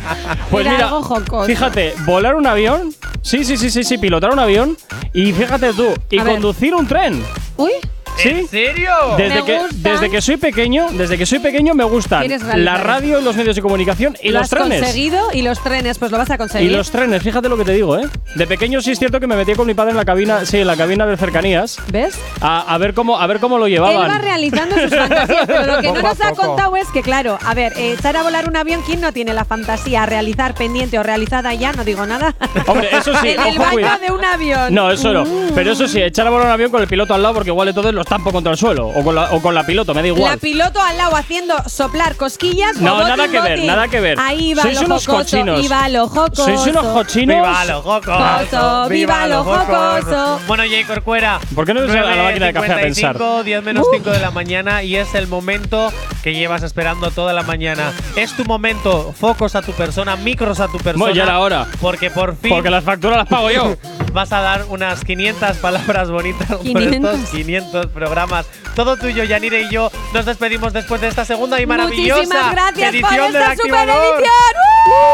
[SPEAKER 1] Pues
[SPEAKER 2] Era
[SPEAKER 1] mira,
[SPEAKER 2] algo jocoso.
[SPEAKER 1] fíjate, volar un avión, sí, sí, sí, sí, sí, pilotar un avión y fíjate tú, y
[SPEAKER 2] A ver.
[SPEAKER 1] conducir un tren.
[SPEAKER 2] Uy,
[SPEAKER 3] Eh,
[SPEAKER 1] ¿Sí?
[SPEAKER 3] serio?
[SPEAKER 1] Desde
[SPEAKER 2] Me
[SPEAKER 1] que,
[SPEAKER 2] gustan.
[SPEAKER 1] desde que soy pequeño, desde que soy pequeño me gustan
[SPEAKER 2] Quieres
[SPEAKER 1] la
[SPEAKER 2] realizar.
[SPEAKER 1] radio, los medios de comunicación y
[SPEAKER 2] lo
[SPEAKER 1] los
[SPEAKER 2] has
[SPEAKER 1] trenes.
[SPEAKER 2] conseguido y los trenes, pues lo vas a
[SPEAKER 1] Y
[SPEAKER 2] conseguir.
[SPEAKER 1] los trenes, fíjate lo que te digo, ¿eh? De pequeño sí es cierto que me metí con mi padre en la cabina, sí, en la cabina de cercanías,
[SPEAKER 2] ¿Ves?
[SPEAKER 1] a, a ver cómo, a ver cómo lo llevaban.
[SPEAKER 2] Él va realizando sus fantasías, pero lo que no
[SPEAKER 1] Poco a
[SPEAKER 2] nos ha
[SPEAKER 1] poco.
[SPEAKER 2] contado es que, claro, a ver, eh, echar a volar un avión, ¿quién no tiene la fantasía a realizar pendiente o realizada ya? No digo nada.
[SPEAKER 1] Hombre, eso sí,
[SPEAKER 2] (laughs) en el
[SPEAKER 1] ojo,
[SPEAKER 2] baño
[SPEAKER 1] cuidado.
[SPEAKER 2] de un avión.
[SPEAKER 1] No, eso no.
[SPEAKER 2] Mm.
[SPEAKER 1] Pero eso sí, echar a volar un avión con el piloto al lado porque igual entonces lo estampo contra el suelo o con la, o con la piloto, me da
[SPEAKER 2] La
[SPEAKER 1] igual.
[SPEAKER 2] piloto al lado haciendo soplar cosquillas. o
[SPEAKER 1] No,
[SPEAKER 2] botín,
[SPEAKER 1] nada que ver,
[SPEAKER 2] botín.
[SPEAKER 1] nada que ver.
[SPEAKER 2] Ahí va
[SPEAKER 1] Sois
[SPEAKER 2] lo
[SPEAKER 1] unos
[SPEAKER 2] jocoso,
[SPEAKER 1] cochinos.
[SPEAKER 2] Viva lo jocoso.
[SPEAKER 1] Sois unos cochinos.
[SPEAKER 3] ¡Viva lo jocoso!
[SPEAKER 2] Jocoso, viva lo jocoso.
[SPEAKER 3] Bueno, Jay Corcuera.
[SPEAKER 1] ¿Por qué no nos llega la máquina de café a pensar?
[SPEAKER 3] 9:55, 10 menos
[SPEAKER 2] Uh.
[SPEAKER 3] 5 de la mañana y es el momento que llevas esperando toda la mañana. Es tu momento. Focos a tu persona, micros a tu persona.
[SPEAKER 1] Bueno, ya era hora.
[SPEAKER 3] Porque por fin.
[SPEAKER 1] Porque las facturas las pago yo.
[SPEAKER 3] (laughs) Vas a dar unas 500 palabras bonitas (laughs) por
[SPEAKER 2] 500.
[SPEAKER 3] estos 500 programas. Todo tuyo, Yanire y yo nos despedimos después de esta segunda y maravillosa
[SPEAKER 2] Muchísimas gracias
[SPEAKER 3] edición
[SPEAKER 2] por
[SPEAKER 3] del
[SPEAKER 2] esta ¡Uh! super
[SPEAKER 3] Activador.
[SPEAKER 2] edición.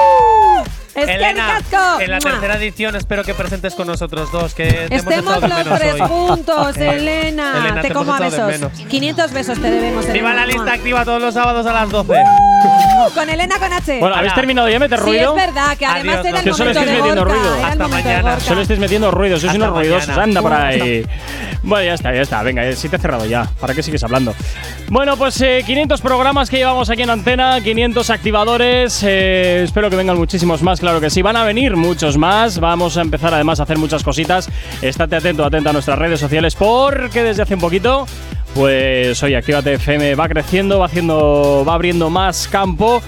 [SPEAKER 2] Es que
[SPEAKER 3] Elena,
[SPEAKER 2] ricasco.
[SPEAKER 3] en la
[SPEAKER 2] Mua.
[SPEAKER 3] tercera edición espero que presentes con nosotros dos, que te hemos
[SPEAKER 2] Estemos
[SPEAKER 3] echado de
[SPEAKER 2] los
[SPEAKER 3] menos
[SPEAKER 2] tres
[SPEAKER 3] hoy.
[SPEAKER 2] juntos,
[SPEAKER 3] Eh,
[SPEAKER 2] Elena.
[SPEAKER 3] Elena,
[SPEAKER 2] Te
[SPEAKER 3] hemos
[SPEAKER 2] como a
[SPEAKER 3] echado de
[SPEAKER 2] besos. 500 besos te debemos.
[SPEAKER 3] menos. Viva
[SPEAKER 2] Elena.
[SPEAKER 3] la lista activa todos los sábados a las 12.
[SPEAKER 2] ¡Uh! Con Elena con H.
[SPEAKER 1] Bueno, ¿habéis
[SPEAKER 3] Ala.
[SPEAKER 1] terminado ya meter
[SPEAKER 2] Sí,
[SPEAKER 1] ruido?
[SPEAKER 2] es verdad, que además
[SPEAKER 3] Adiós,
[SPEAKER 2] era el
[SPEAKER 1] Que solo
[SPEAKER 2] momento
[SPEAKER 1] estáis
[SPEAKER 2] de
[SPEAKER 1] metiendo
[SPEAKER 2] Gorka,
[SPEAKER 1] ruido.
[SPEAKER 2] era el
[SPEAKER 3] Hasta
[SPEAKER 2] momento
[SPEAKER 3] mañana.
[SPEAKER 2] de Gorka.
[SPEAKER 1] Solo estáis metiendo ruidos, sois
[SPEAKER 3] Hasta
[SPEAKER 1] unos
[SPEAKER 3] mañana.
[SPEAKER 1] ruidosos. Anda por
[SPEAKER 3] Uh,
[SPEAKER 1] ahí. Bueno, ya está, ya está. Venga, eh, sí te he cerrado ya. ¿Para qué sigues hablando? Bueno, pues eh, 500 programas que llevamos aquí en antena, 500 activadores. eh, espero que vengan muchísimos más, claro que sí. Van a venir muchos más. Vamos a empezar además a hacer muchas cositas. Estate atento, atenta a nuestras redes sociales porque desde hace un poquito pues oye, Actívate FM va creciendo, va haciendo, va abriendo más campo.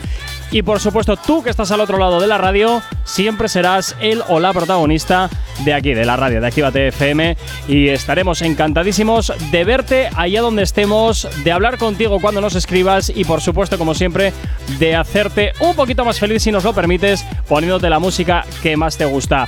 [SPEAKER 1] Y por supuesto, tú que estás al otro lado de la radio, siempre serás el o la protagonista de aquí, de la radio, de Actívate FM. Y estaremos encantadísimos de verte allá donde estemos, de hablar contigo cuando nos escribas y por supuesto, como siempre, de hacerte un poquito más feliz si nos lo permites, poniéndote la música que más te gusta.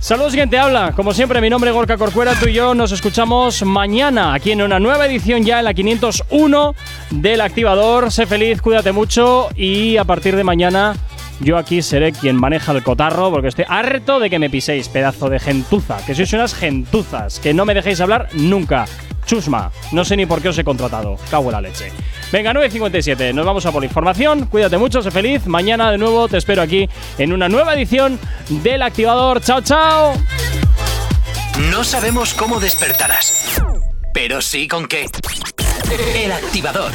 [SPEAKER 1] Saludos, quien te habla. Como siempre, mi nombre es Gorka Corcuera. Tú y yo nos escuchamos mañana aquí en una nueva edición ya en la 501 del Activador. Sé feliz, cuídate mucho y a partir de mañana yo aquí seré quien maneja el cotarro porque estoy harto de que me piséis, pedazo de gentuza. Que sois unas gentuzas, que no me dejéis hablar nunca. Chusma, no sé ni por qué os he contratado. Cago en la leche. Venga, 9.57, nos vamos a por información. Cuídate mucho, sé feliz. Mañana de nuevo te espero aquí en una nueva edición del Activador. ¡Chao, chao!
[SPEAKER 4] No sabemos cómo despertarás, pero sí con qué. El activador.